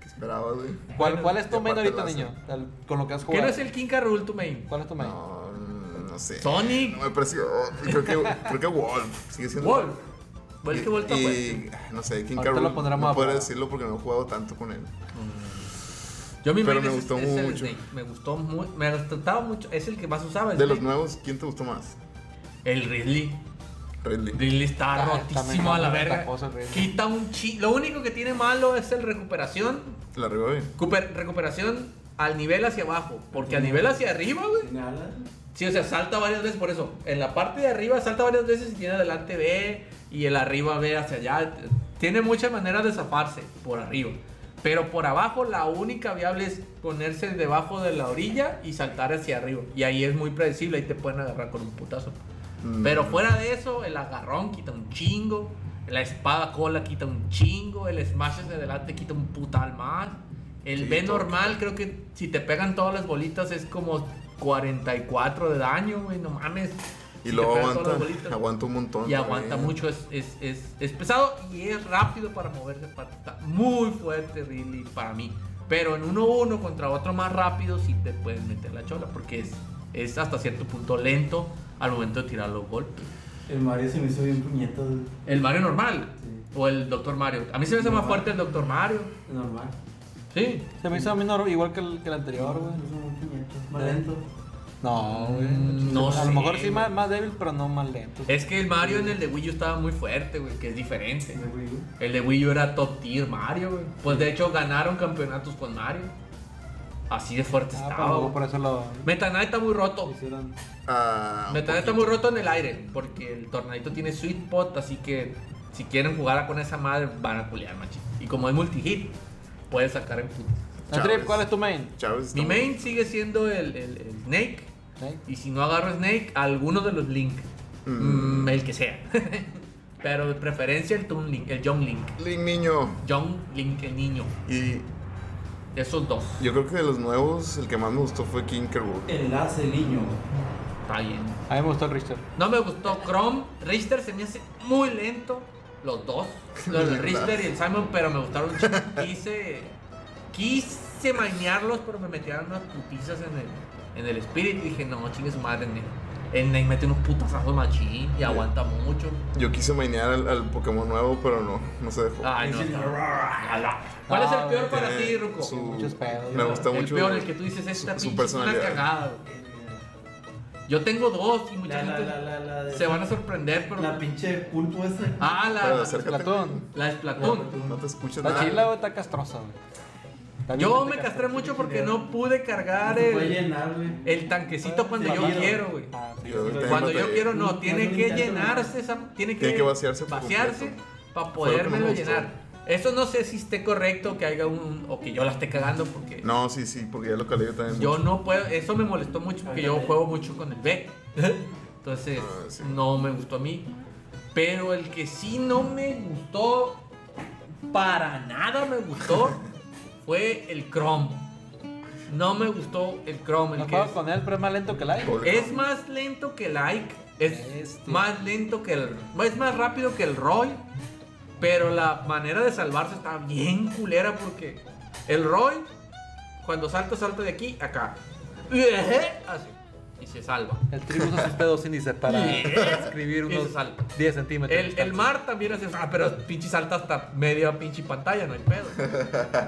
[SPEAKER 2] que esperaba, güey.
[SPEAKER 1] ¿Cuál, ¿Cuál es tu
[SPEAKER 2] Y
[SPEAKER 1] main
[SPEAKER 2] aparte
[SPEAKER 1] ahorita,
[SPEAKER 2] lo hace.
[SPEAKER 1] niño? Al- Con lo que has
[SPEAKER 3] ¿Qué
[SPEAKER 1] jugado.
[SPEAKER 3] no es el King Rule tu main?
[SPEAKER 1] ¿Cuál es tu main?
[SPEAKER 2] No, no sé.
[SPEAKER 3] Sonic.
[SPEAKER 2] No me pareció. Creo que, creo que Wolf. Sigue siendo
[SPEAKER 3] Wolf. Wolf que Wolf está fuerte.
[SPEAKER 2] y, ah, No sé, King
[SPEAKER 1] Ahorita
[SPEAKER 2] Carroll.
[SPEAKER 1] lo pondremos a
[SPEAKER 2] No podré
[SPEAKER 1] prueba.
[SPEAKER 2] decirlo porque no he jugado tanto con él.
[SPEAKER 3] Yo mi
[SPEAKER 2] pero
[SPEAKER 3] main
[SPEAKER 2] me
[SPEAKER 3] es-
[SPEAKER 2] gustó
[SPEAKER 3] es el
[SPEAKER 2] mucho.
[SPEAKER 3] Snake. Me gustó mucho. Me gustaba mucho. Es el que más usaba. El,
[SPEAKER 2] De los
[SPEAKER 3] Snake.
[SPEAKER 2] nuevos, ¿quién te gustó más?
[SPEAKER 3] el Ridley.
[SPEAKER 2] Ridley.
[SPEAKER 3] Ridley está
[SPEAKER 1] Ah, está
[SPEAKER 3] rotísimo
[SPEAKER 1] mejor,
[SPEAKER 3] a la
[SPEAKER 1] está
[SPEAKER 3] verga.
[SPEAKER 1] cosa, Ridley.
[SPEAKER 3] Quita un chi. Lo único que tiene malo es el recuperación.
[SPEAKER 2] La arriba bien.
[SPEAKER 3] Cooper- recuperación al nivel hacia abajo. Porque al nivel hacia arriba, güey.
[SPEAKER 4] ¿Tiene alas?
[SPEAKER 3] Sí, o sea, salta varias veces por eso. En la parte de arriba salta varias veces y tiene adelante B y el arriba B hacia allá. Tiene muchas maneras de zafarse por arriba. Pero por abajo la única viable es ponerse debajo de la orilla y saltar hacia arriba. Y ahí es muy predecible, ahí te pueden agarrar con un putazo.
[SPEAKER 2] Mm.
[SPEAKER 3] Pero fuera de eso, el agarrón quita un chingo, la espada cola quita un chingo, el smash hacia adelante quita un putal más. El
[SPEAKER 2] Sí,
[SPEAKER 3] B
[SPEAKER 2] todo
[SPEAKER 3] normal, creo que si te pegan todas las bolitas es como 44 de daño, güey, no mames.
[SPEAKER 2] Y
[SPEAKER 3] Si te
[SPEAKER 2] luego
[SPEAKER 3] pegan todas las
[SPEAKER 2] aguanta,
[SPEAKER 3] bolitas.
[SPEAKER 2] aguanta un montón.
[SPEAKER 3] Y aguanta
[SPEAKER 2] también.
[SPEAKER 3] mucho, es, es, es, es pesado y es rápido para moverse. para- Está muy fuerte Ridley para mí. Pero en 1-1 contra otro más rápido sí te pueden meter la chola porque es, es hasta cierto punto lento al momento de tirar los golpes.
[SPEAKER 4] El Mario se me hizo bien puñeto. güey.
[SPEAKER 3] El Mario normal
[SPEAKER 4] Sí.
[SPEAKER 3] o el Doctor Mario. A mí se me hace más
[SPEAKER 4] Normal.
[SPEAKER 3] fuerte el Doctor Mario.
[SPEAKER 4] Normal.
[SPEAKER 3] Sí.
[SPEAKER 1] Se me hizo a mí no- igual que el, que el anterior,
[SPEAKER 4] Se
[SPEAKER 1] güey.
[SPEAKER 4] me hizo muy puñeto. Más lento.
[SPEAKER 1] No, güey.
[SPEAKER 3] Mm, No
[SPEAKER 1] a
[SPEAKER 3] sé,
[SPEAKER 1] lo mejor sí
[SPEAKER 3] güey. Este
[SPEAKER 1] más, más débil, pero no más lento.
[SPEAKER 3] Es que el Mario en el de Wii U estaba muy fuerte, güey, que es diferente.
[SPEAKER 4] Me fui, güey.
[SPEAKER 3] El de Wii U era top tier Mario, güey. Pues de hecho ganaron campeonatos con Mario. Así de fuerte
[SPEAKER 1] Ah,
[SPEAKER 3] estaba.
[SPEAKER 1] pero
[SPEAKER 3] güey.
[SPEAKER 1] por eso lo
[SPEAKER 3] Meta Knight está muy roto.
[SPEAKER 1] hicieron.
[SPEAKER 2] Ah, un
[SPEAKER 3] Meta Knight está muy
[SPEAKER 2] poquito.
[SPEAKER 3] roto en el aire. Porque el tornadito tiene sweet pot. Así que si quieren jugar con esa madre, van a culear, machi. Y como es multi-hit, puedes sacar en puto.
[SPEAKER 1] Trip,
[SPEAKER 2] Chávez.
[SPEAKER 1] ¿cuál es tu main?
[SPEAKER 2] Chávez está
[SPEAKER 3] Mi
[SPEAKER 2] muy-
[SPEAKER 3] main sigue siendo el, el- el Snake.
[SPEAKER 1] ¿Sí?
[SPEAKER 3] Y si no agarro Snake, alguno de los Link.
[SPEAKER 2] Mm.
[SPEAKER 3] Mm, el que sea. Pero de preferencia el Toon Link, el Young Link.
[SPEAKER 2] Link niño.
[SPEAKER 3] Young Link, el niño.
[SPEAKER 2] Y
[SPEAKER 3] Esos dos.
[SPEAKER 2] yo creo que de los nuevos, el que más me gustó fue King Carroll.
[SPEAKER 4] Enlace, niño.
[SPEAKER 3] Está bien.
[SPEAKER 1] A mí me gustó el Richter.
[SPEAKER 3] No me gustó Chrome. Richter se me hace muy lento. Los dos. Los del Richter y el Simon, pero me gustaron un chingo. Quise. Quise mañarlos, pero me metieron unas putizas en el, en el espíritu. Y dije, no, chingue su madre, Ney. El Ney mete unos putazazos machín y aguanta mucho.
[SPEAKER 2] Yo quise mainear al, al Pokémon nuevo, pero no, no se dejó.
[SPEAKER 3] Ay, no. está- ¿Cuál es el peor para ti, Ruco?
[SPEAKER 2] Ah, Su-
[SPEAKER 1] Muchos pedos.
[SPEAKER 2] Me gusta
[SPEAKER 3] el
[SPEAKER 2] mucho.
[SPEAKER 3] peor, el que tú dices,
[SPEAKER 2] su-
[SPEAKER 3] esta
[SPEAKER 2] su
[SPEAKER 3] pinche es una
[SPEAKER 2] personalidad.
[SPEAKER 3] cagada. güey. Yo tengo dos y mucha
[SPEAKER 4] La, la,
[SPEAKER 3] gente
[SPEAKER 4] la, la, la. de-
[SPEAKER 3] se van a sorprender, pero.
[SPEAKER 4] La pinche pulpo esa.
[SPEAKER 3] Ah, la.
[SPEAKER 2] Pero acércate.
[SPEAKER 1] Platón.
[SPEAKER 3] La Splatoon.
[SPEAKER 2] No te escuchas
[SPEAKER 1] Está
[SPEAKER 2] nada.
[SPEAKER 1] chila, güey, está castrosa, güey. Está bien
[SPEAKER 3] Yo
[SPEAKER 1] bastante
[SPEAKER 3] me castré mucho porque
[SPEAKER 4] chingada.
[SPEAKER 3] no pude cargar
[SPEAKER 4] Se puede
[SPEAKER 3] el,
[SPEAKER 4] llenar, güey.
[SPEAKER 3] el tanquecito cuando yo
[SPEAKER 4] Seguido.
[SPEAKER 3] quiero, güey.
[SPEAKER 1] castrosa. Ah, sí.
[SPEAKER 2] Yo también
[SPEAKER 3] Cuando yo
[SPEAKER 2] batallé.
[SPEAKER 3] quiero,
[SPEAKER 4] No,
[SPEAKER 3] no. Tiene
[SPEAKER 4] no
[SPEAKER 3] que
[SPEAKER 4] intento, güey.
[SPEAKER 3] llenarse esa. Tiene que,
[SPEAKER 2] Tiene que vaciarse por
[SPEAKER 3] Vaciarse
[SPEAKER 2] completo.
[SPEAKER 3] para
[SPEAKER 2] Fue lo que no me
[SPEAKER 3] podérmelo
[SPEAKER 2] gustó.
[SPEAKER 3] llenar. Eso no sé si esté correcto que haga un. o que yo la esté cagando porque.
[SPEAKER 2] No, sí, sí, porque ya lo calé yo también.
[SPEAKER 3] Yo
[SPEAKER 2] mucho.
[SPEAKER 3] no puedo, eso me molestó mucho porque yo juego mucho con el B. Entonces,
[SPEAKER 2] Ah, sí.
[SPEAKER 3] no me gustó a mí. Pero el que sí no me gustó, para nada me gustó, fue el Chrome. No me gustó el Chrome. el
[SPEAKER 1] No
[SPEAKER 3] que
[SPEAKER 1] juego
[SPEAKER 3] es-
[SPEAKER 1] con él, pero es más lento que el Ike.
[SPEAKER 3] Es más lento que el Ike. Es
[SPEAKER 1] Este.
[SPEAKER 3] más lento que el. Es más rápido que el Roy. Pero la manera de salvarse está bien culera porque el Roy, cuando salta, salta de aquí a acá. Así. Y se salva.
[SPEAKER 1] El tribu usa sus pedos índices para escribir
[SPEAKER 3] Y se
[SPEAKER 1] unos
[SPEAKER 3] salta.
[SPEAKER 1] 10 centímetros.
[SPEAKER 3] El, el mar también hace. Ah, pero pinche salta hasta media pinche pantalla, no hay pedo.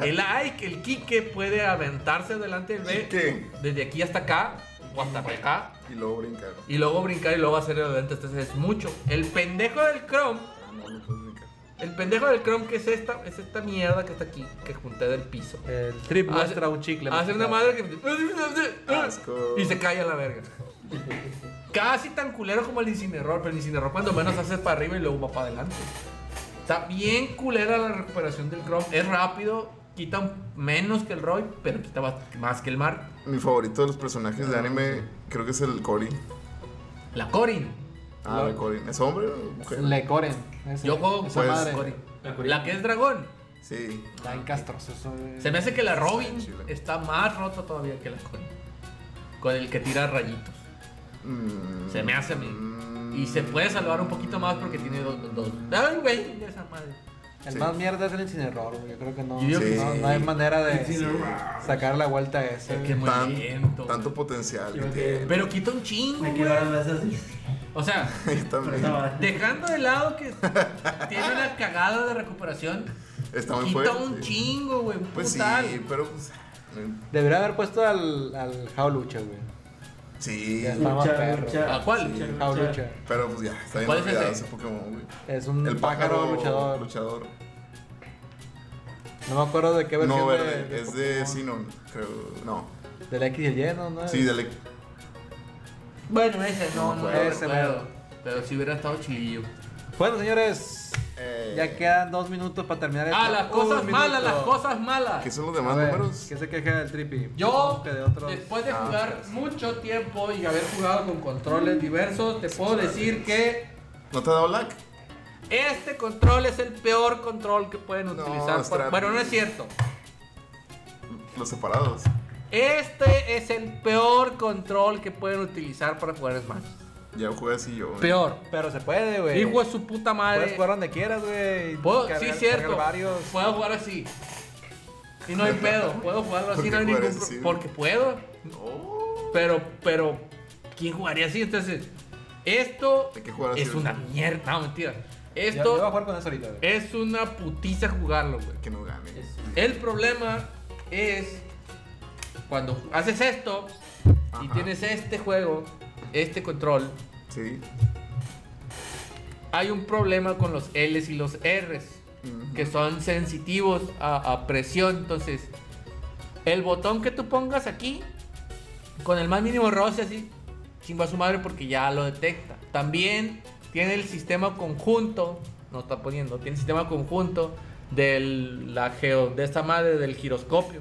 [SPEAKER 3] El Ike, el Kike puede aventarse delante del B.
[SPEAKER 2] Quique.
[SPEAKER 3] Desde aquí hasta acá. O hasta acá.
[SPEAKER 2] Y luego brincar.
[SPEAKER 3] Y luego brincar y luego hacer el evento. Entonces es mucho. El pendejo del Chrome.
[SPEAKER 2] Ah, no, no puedes brincar.
[SPEAKER 3] El pendejo del Chrome que es esta, es esta mierda que está aquí, que junté del piso.
[SPEAKER 1] El trip
[SPEAKER 3] Hace-
[SPEAKER 1] muestra un chicle.
[SPEAKER 3] Hace una madre que.
[SPEAKER 2] Asco.
[SPEAKER 3] Y se cae a la verga. Casi tan culero como el incineror, pero el incineror cuando menos hace para arriba y luego va para adelante. Está bien culera la recuperación del Chrome. Es rápido, quita un- menos que el Roy, pero quita bast- más que el Mar.
[SPEAKER 2] Mi favorito de los personajes de
[SPEAKER 3] Ah,
[SPEAKER 2] anime creo que es el Cory.
[SPEAKER 3] La Corin.
[SPEAKER 2] Ah, el Cory. ¿Es hombre o mujer?
[SPEAKER 1] Le coren. Ese-
[SPEAKER 3] Yo juego
[SPEAKER 1] esa
[SPEAKER 2] pues,
[SPEAKER 1] madre.
[SPEAKER 3] Corin. La que es dragón.
[SPEAKER 2] Sí.
[SPEAKER 1] Está en castros. Eso es-
[SPEAKER 3] Se me hace que la Robin
[SPEAKER 2] Chile.
[SPEAKER 3] está más rota todavía que la Corin. Con el que tira rayitos.
[SPEAKER 2] Mm,
[SPEAKER 3] Se me hace a mí. Y se puede salvar un poquito más porque tiene dos. dos. Ay, güey, esa madre.
[SPEAKER 1] El
[SPEAKER 2] Sí.
[SPEAKER 1] más mierda es el incinerador, güey. Yo creo que no,
[SPEAKER 3] Yo digo
[SPEAKER 2] que
[SPEAKER 1] no,
[SPEAKER 2] sí.
[SPEAKER 1] no hay manera de
[SPEAKER 4] Incinerador.
[SPEAKER 1] sacar la vuelta a ese.
[SPEAKER 3] Es que muy
[SPEAKER 2] tan-
[SPEAKER 3] lento.
[SPEAKER 2] tanto potencial que
[SPEAKER 4] Yo
[SPEAKER 2] tiene.
[SPEAKER 3] Pero quita un chingo.
[SPEAKER 4] Me
[SPEAKER 3] güey.
[SPEAKER 4] quedaron las así.
[SPEAKER 3] O sea,
[SPEAKER 2] Yo
[SPEAKER 4] Pero
[SPEAKER 2] también.
[SPEAKER 4] estaba-
[SPEAKER 3] dejando de lado que tiene una cagada de recuperación,
[SPEAKER 2] Está muy
[SPEAKER 3] quita
[SPEAKER 2] fuerte.
[SPEAKER 3] un chingo, güey. Un
[SPEAKER 2] Pues sí,
[SPEAKER 3] putal.
[SPEAKER 2] pero pues. no-
[SPEAKER 1] Debería haber puesto al, al Jaulucha, güey.
[SPEAKER 2] Sí,
[SPEAKER 1] Ya está.
[SPEAKER 4] Lucha,
[SPEAKER 1] Estaba perro.
[SPEAKER 4] lucha,
[SPEAKER 3] ¿A cuál?
[SPEAKER 4] lucha, lucha.
[SPEAKER 1] Jaulucha.
[SPEAKER 2] pero pues ya, está bien
[SPEAKER 3] ¿Cuál es
[SPEAKER 2] olvidado
[SPEAKER 3] ese?
[SPEAKER 2] ese Pokémon, güey.
[SPEAKER 1] Es un
[SPEAKER 2] El pájaro, luchador.
[SPEAKER 1] No me acuerdo de qué versión
[SPEAKER 2] No,
[SPEAKER 1] de-
[SPEAKER 2] verde,
[SPEAKER 1] de
[SPEAKER 2] es de
[SPEAKER 1] Pokémon. Ah,
[SPEAKER 2] Sinon, creo. No,
[SPEAKER 1] Del X y el Y, ¿no? ¿No es?
[SPEAKER 2] sí, del.
[SPEAKER 3] Bueno, ese no,
[SPEAKER 2] No,
[SPEAKER 3] no, lo
[SPEAKER 1] ese
[SPEAKER 3] recuerdo.
[SPEAKER 1] mero.
[SPEAKER 3] Pero si hubiera estado chilillo.
[SPEAKER 1] Bueno, señores,
[SPEAKER 2] Eh,
[SPEAKER 1] ya quedan dos minutos para terminar esto.
[SPEAKER 3] Ah, las
[SPEAKER 1] Un
[SPEAKER 3] cosas malas,
[SPEAKER 1] minuto.
[SPEAKER 3] las cosas malas.
[SPEAKER 2] ¿Qué son los
[SPEAKER 1] A
[SPEAKER 2] demás
[SPEAKER 1] ver,
[SPEAKER 2] números?
[SPEAKER 1] ¿Qué se queja del trippy?
[SPEAKER 3] Yo,
[SPEAKER 1] Que de otros.
[SPEAKER 3] después de
[SPEAKER 2] Ah,
[SPEAKER 3] jugar mucho tiempo y haber jugado con controles diversos, te puedo decir que
[SPEAKER 2] ¿No te ha dado lag?
[SPEAKER 3] este control es el peor control que pueden
[SPEAKER 2] No,
[SPEAKER 3] utilizar.
[SPEAKER 2] Strat-
[SPEAKER 3] Bueno, no es cierto.
[SPEAKER 2] Los separados.
[SPEAKER 3] Este es el peor control que pueden utilizar para jugar Smash.
[SPEAKER 2] Ya jugué así yo. ¿eh? güey.
[SPEAKER 3] Peor.
[SPEAKER 1] Pero se puede, güey.
[SPEAKER 3] Hijo de su
[SPEAKER 1] Pues, Puedes
[SPEAKER 3] puta madre.
[SPEAKER 1] jugar donde quieras, güey.
[SPEAKER 3] Puedo-
[SPEAKER 1] Cargar-
[SPEAKER 3] sí,
[SPEAKER 1] cargar
[SPEAKER 3] cierto.
[SPEAKER 1] varios.
[SPEAKER 3] Puedo jugar así. Y no hay pedo. Puedo jugarlo
[SPEAKER 2] ¿Por
[SPEAKER 3] así,
[SPEAKER 2] qué
[SPEAKER 3] no hay
[SPEAKER 2] jugar así,
[SPEAKER 3] ningún pro-
[SPEAKER 2] güey?
[SPEAKER 3] Porque puedo.
[SPEAKER 2] Oh,
[SPEAKER 3] Pero, pero, ¿quién jugaría así? Entonces, esto
[SPEAKER 2] Hay que jugar así,
[SPEAKER 3] es
[SPEAKER 2] güey.
[SPEAKER 3] una mierda. No, mentira.
[SPEAKER 1] Yo- Yo, voy a
[SPEAKER 3] Esto
[SPEAKER 1] jugar con eso ahorita,
[SPEAKER 2] Eh,
[SPEAKER 1] güey.
[SPEAKER 3] es una putiza jugarlo, güey.
[SPEAKER 2] Que no gane.
[SPEAKER 3] El problema es cuando haces esto y
[SPEAKER 2] Ajá.
[SPEAKER 3] tienes este juego, este control,
[SPEAKER 2] Sí.
[SPEAKER 3] hay un problema con los L's y los R's,
[SPEAKER 2] Ujú.
[SPEAKER 3] que son sensitivos a, a presión. Entonces, el botón que tú pongas aquí, con el más mínimo roce, así, chingo a su madre porque ya lo detecta. También tiene el sistema conjunto, no está poniendo, tiene el sistema conjunto de la geo, de esta madre del giroscopio.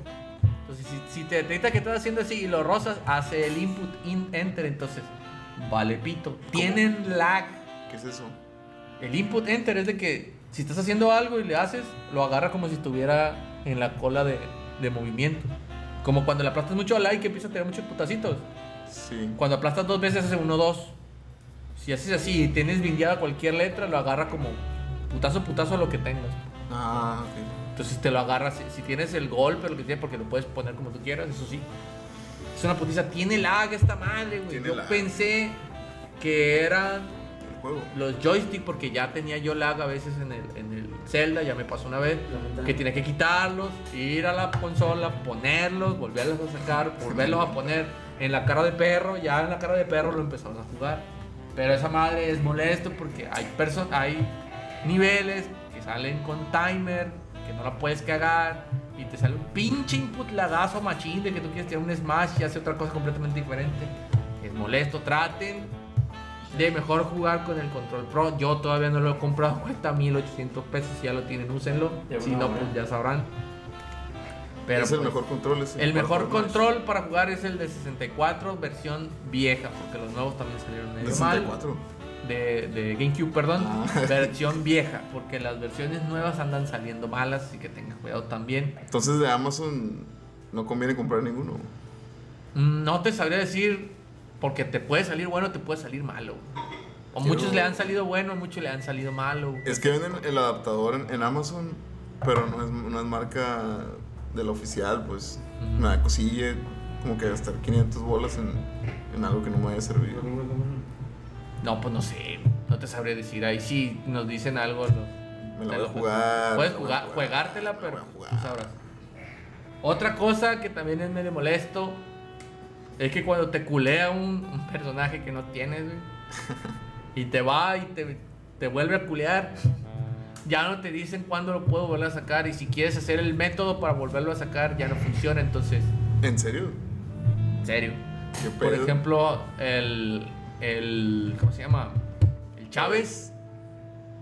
[SPEAKER 3] Entonces, si, si te detecta que estás haciendo así y lo rozas, hace el input in enter. Entonces, vale pito. Tienen lag.
[SPEAKER 2] ¿Qué es eso?
[SPEAKER 3] El input enter es de que si estás haciendo algo y le haces, lo agarra como si estuviera en la cola de, de movimiento. Como cuando le aplastas mucho al like que empieza a tener muchos putacitos.
[SPEAKER 2] Sí.
[SPEAKER 3] Cuando aplastas dos veces hace uno, dos. Si haces así y tienes vindiada cualquier letra, lo agarra como putazo, putazo lo que tengas.
[SPEAKER 2] Ah, ok.
[SPEAKER 3] Entonces te lo agarras. Si- Si tienes el golpe, lo que sea, porque lo puedes poner como tú quieras, eso sí. Es una putiza. Tiene lag esta madre, güey.
[SPEAKER 2] Tiene
[SPEAKER 3] Yo
[SPEAKER 2] lag.
[SPEAKER 3] pensé que eran
[SPEAKER 2] El juego.
[SPEAKER 3] los joystick porque ya tenía yo lag a veces en el, en el Zelda, ya me pasó una vez,
[SPEAKER 4] Lamentable.
[SPEAKER 3] que tenía que quitarlos, ir a la consola, ponerlos, volverlos a sacar, volverlos a poner en la cara de perro, ya en la cara de perro lo empezaron a jugar. Pero esa madre es molesto porque hay, perso- hay niveles que salen con timer, que no la puedes cagar. Y te sale un pinche input lagazo machín de que tú quieres tirar un smash y hace otra cosa completamente diferente. Es molesto, traten de mejor jugar con el Control Pro. Yo todavía no lo he comprado, cuesta 1800 pesos. Si ya lo tienen, úsenlo.
[SPEAKER 4] De
[SPEAKER 3] Si
[SPEAKER 4] una
[SPEAKER 3] no,
[SPEAKER 4] hora.
[SPEAKER 3] pues ya sabrán. Pero
[SPEAKER 2] es el
[SPEAKER 3] pues,
[SPEAKER 2] mejor control. ese.
[SPEAKER 3] el mejor
[SPEAKER 2] Para jugar
[SPEAKER 3] control para jugar es el de 64, versión vieja, porque los nuevos también salieron
[SPEAKER 2] más.
[SPEAKER 3] medio
[SPEAKER 2] De
[SPEAKER 3] mal.
[SPEAKER 2] 64.
[SPEAKER 3] De, de GameCube, perdón.
[SPEAKER 2] Ah.
[SPEAKER 3] Versión vieja, porque las versiones nuevas andan saliendo malas, así que tengan cuidado también.
[SPEAKER 2] Entonces de Amazon no conviene comprar ninguno.
[SPEAKER 3] Mm, No te sabría decir porque te puede salir bueno, te puede salir malo. O
[SPEAKER 2] Quiero-
[SPEAKER 3] muchos le han salido bueno, muchos le han salido malo.
[SPEAKER 2] Es que venden el adaptador en, en Amazon, pero no es, no es marca de la oficial, pues me da cosilla como que gastar 500 bolas en, en algo que no me haya servido.
[SPEAKER 3] No, pues no sé, no te sabré decir. Ahí sí nos dicen algo. ¿no?
[SPEAKER 2] Me la
[SPEAKER 3] Te
[SPEAKER 2] voy a
[SPEAKER 3] lo-
[SPEAKER 2] jugar.
[SPEAKER 3] Puedes
[SPEAKER 2] me la
[SPEAKER 3] jugar,
[SPEAKER 2] voy a jugar.
[SPEAKER 3] juegártela, pero
[SPEAKER 2] Me
[SPEAKER 3] tú
[SPEAKER 2] la voy a jugar.
[SPEAKER 3] sabrás. Otra cosa que también es medio molesto es que cuando te culea un, un personaje que no tienes, güey, y te va y te, te vuelve a culear, ya no te dicen cuándo lo puedo volver a sacar. Y si quieres hacer el método para volverlo a sacar, ya no funciona. Entonces,
[SPEAKER 2] ¿En serio?
[SPEAKER 3] en serio.
[SPEAKER 2] ¿Qué
[SPEAKER 3] Por
[SPEAKER 2] pedo?
[SPEAKER 3] ejemplo, el, el. ¿Cómo se llama? El Chávez.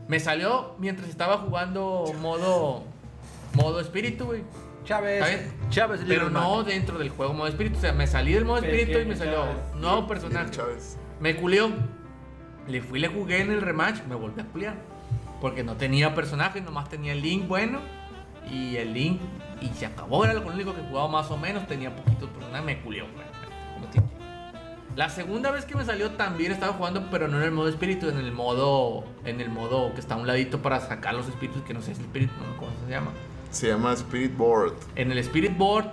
[SPEAKER 3] Me salió mientras estaba jugando modo. Modo espíritu, güey. ¿Está
[SPEAKER 1] Chávez.
[SPEAKER 3] bien?
[SPEAKER 1] Chávez.
[SPEAKER 3] Pero no dentro del juego modo espíritu. O sea, me salí del modo espíritu y me salió
[SPEAKER 4] Pequeño
[SPEAKER 3] nuevo
[SPEAKER 2] Mira,
[SPEAKER 3] personaje.
[SPEAKER 2] Chávez.
[SPEAKER 3] Me culió. Le fui, le jugué en el rematch, me volví a culiar. Porque no tenía personaje, nomás tenía el link bueno. Y el link. Y se acabó. Era lo único que jugaba más o menos. Tenía poquitos personajes. Me culió. güey. Como tiene. La segunda vez que me salió también estaba jugando, pero no en el modo espíritu, en el modo. En el modo que está a un ladito para sacar los espíritus, que no sé si es espíritu, no me acuerdo cómo se llama.
[SPEAKER 2] Se llama Spirit Board.
[SPEAKER 3] En el Spirit Board,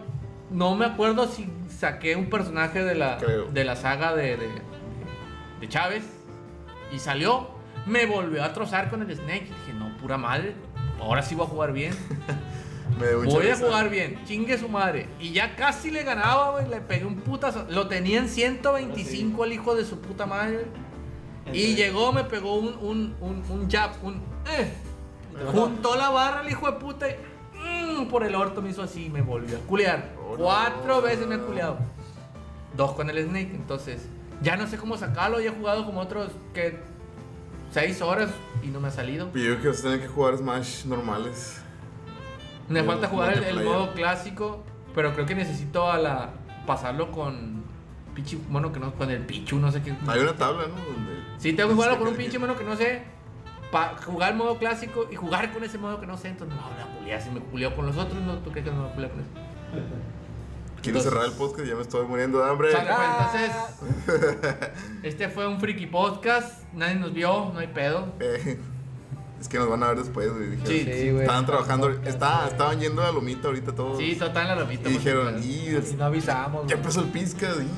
[SPEAKER 3] no me acuerdo si saqué un personaje de la,
[SPEAKER 2] Creo.
[SPEAKER 3] de la saga de, de, de Chávez y salió. Me volvió a trozar con el Snake. Dije, no, pura madre. Ahora sí voy a jugar bien.
[SPEAKER 2] Me dio mucha
[SPEAKER 3] Voy a
[SPEAKER 2] risa.
[SPEAKER 3] jugar bien. Chingue su madre. Y ya casi le ganaba, güey. Le pegué un putazo. Lo tenía en
[SPEAKER 2] Ah,
[SPEAKER 3] 125 el hijo de su puta madre. Y llegó, me pegó un, un, un, un jab, un... eh. Juntó la barra el hijo de puta y... mm, por el orto me hizo así y me volvió a culear.
[SPEAKER 2] Oh, no.
[SPEAKER 3] Cuatro veces me ha culeado. Dos con el Snake, entonces... Ya no sé cómo sacarlo, ya he jugado como otros que... Seis horas y no me ha salido.
[SPEAKER 2] Y yo que vas a tener que jugar Smash normales.
[SPEAKER 3] Me
[SPEAKER 2] Yo,
[SPEAKER 3] falta jugar el, el
[SPEAKER 2] multiplayer.
[SPEAKER 3] modo clásico, pero creo que necesito a la... Pasarlo con... Pichu, bueno, que no, con el Pichu, no sé qué...
[SPEAKER 2] Hay una tabla, ¿no? Donde
[SPEAKER 3] Si tengo que jugarlo con un
[SPEAKER 2] Sí,
[SPEAKER 3] pinche mono que no sé. Para jugar el modo clásico y jugar con ese modo que no sé, entonces no me voy a culiar. Si me culeo con los otros, no, ¿tú crees que no me voy a culiar con eso?
[SPEAKER 2] Quiero
[SPEAKER 3] Entonces-
[SPEAKER 2] cerrar el podcast, ya me estoy muriendo de hambre.
[SPEAKER 3] Sale, pues, entonces, este fue un friki podcast. Nadie nos vio, no hay pedo.
[SPEAKER 2] Eh, es que nos van a ver después, güey. dijeron.
[SPEAKER 3] Sí,
[SPEAKER 1] Sí, güey.
[SPEAKER 2] Estaban trabajando, está, estaban yendo a la lomita ahorita todos.
[SPEAKER 3] Sí, total, la pues,
[SPEAKER 2] y
[SPEAKER 3] repito.
[SPEAKER 2] dijeron, y,
[SPEAKER 1] Y no avisamos.
[SPEAKER 2] ya
[SPEAKER 1] güey.
[SPEAKER 2] empezó el pizca. y-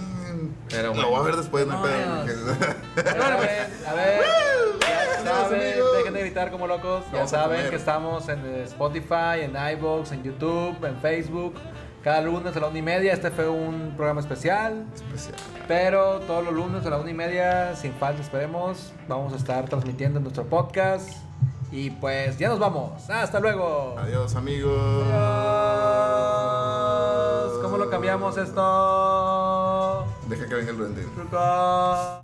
[SPEAKER 3] Pero
[SPEAKER 2] Lo
[SPEAKER 3] bueno.
[SPEAKER 2] voy a ver después, no hay
[SPEAKER 5] Vámonos.
[SPEAKER 2] pedo.
[SPEAKER 1] A ver, a ver. Ya saben,
[SPEAKER 2] amigos.
[SPEAKER 1] dejen de gritar como locos. Ya
[SPEAKER 2] Vamos a
[SPEAKER 1] saben
[SPEAKER 2] comer.
[SPEAKER 1] que estamos en eh, Spotify, en iVoox, en YouTube, en Facebook. Cada lunes a la una y media. Este fue un programa especial.
[SPEAKER 2] Especial.
[SPEAKER 1] Pero todos los lunes a la una y media, sin falta, esperemos. Vamos a estar transmitiendo nuestro podcast. Y pues ya nos vamos. Hasta luego.
[SPEAKER 2] Adiós, amigos.
[SPEAKER 1] Adiós. ¿Cómo lo cambiamos esto?
[SPEAKER 2] Deja que venga el duende.
[SPEAKER 1] Truco.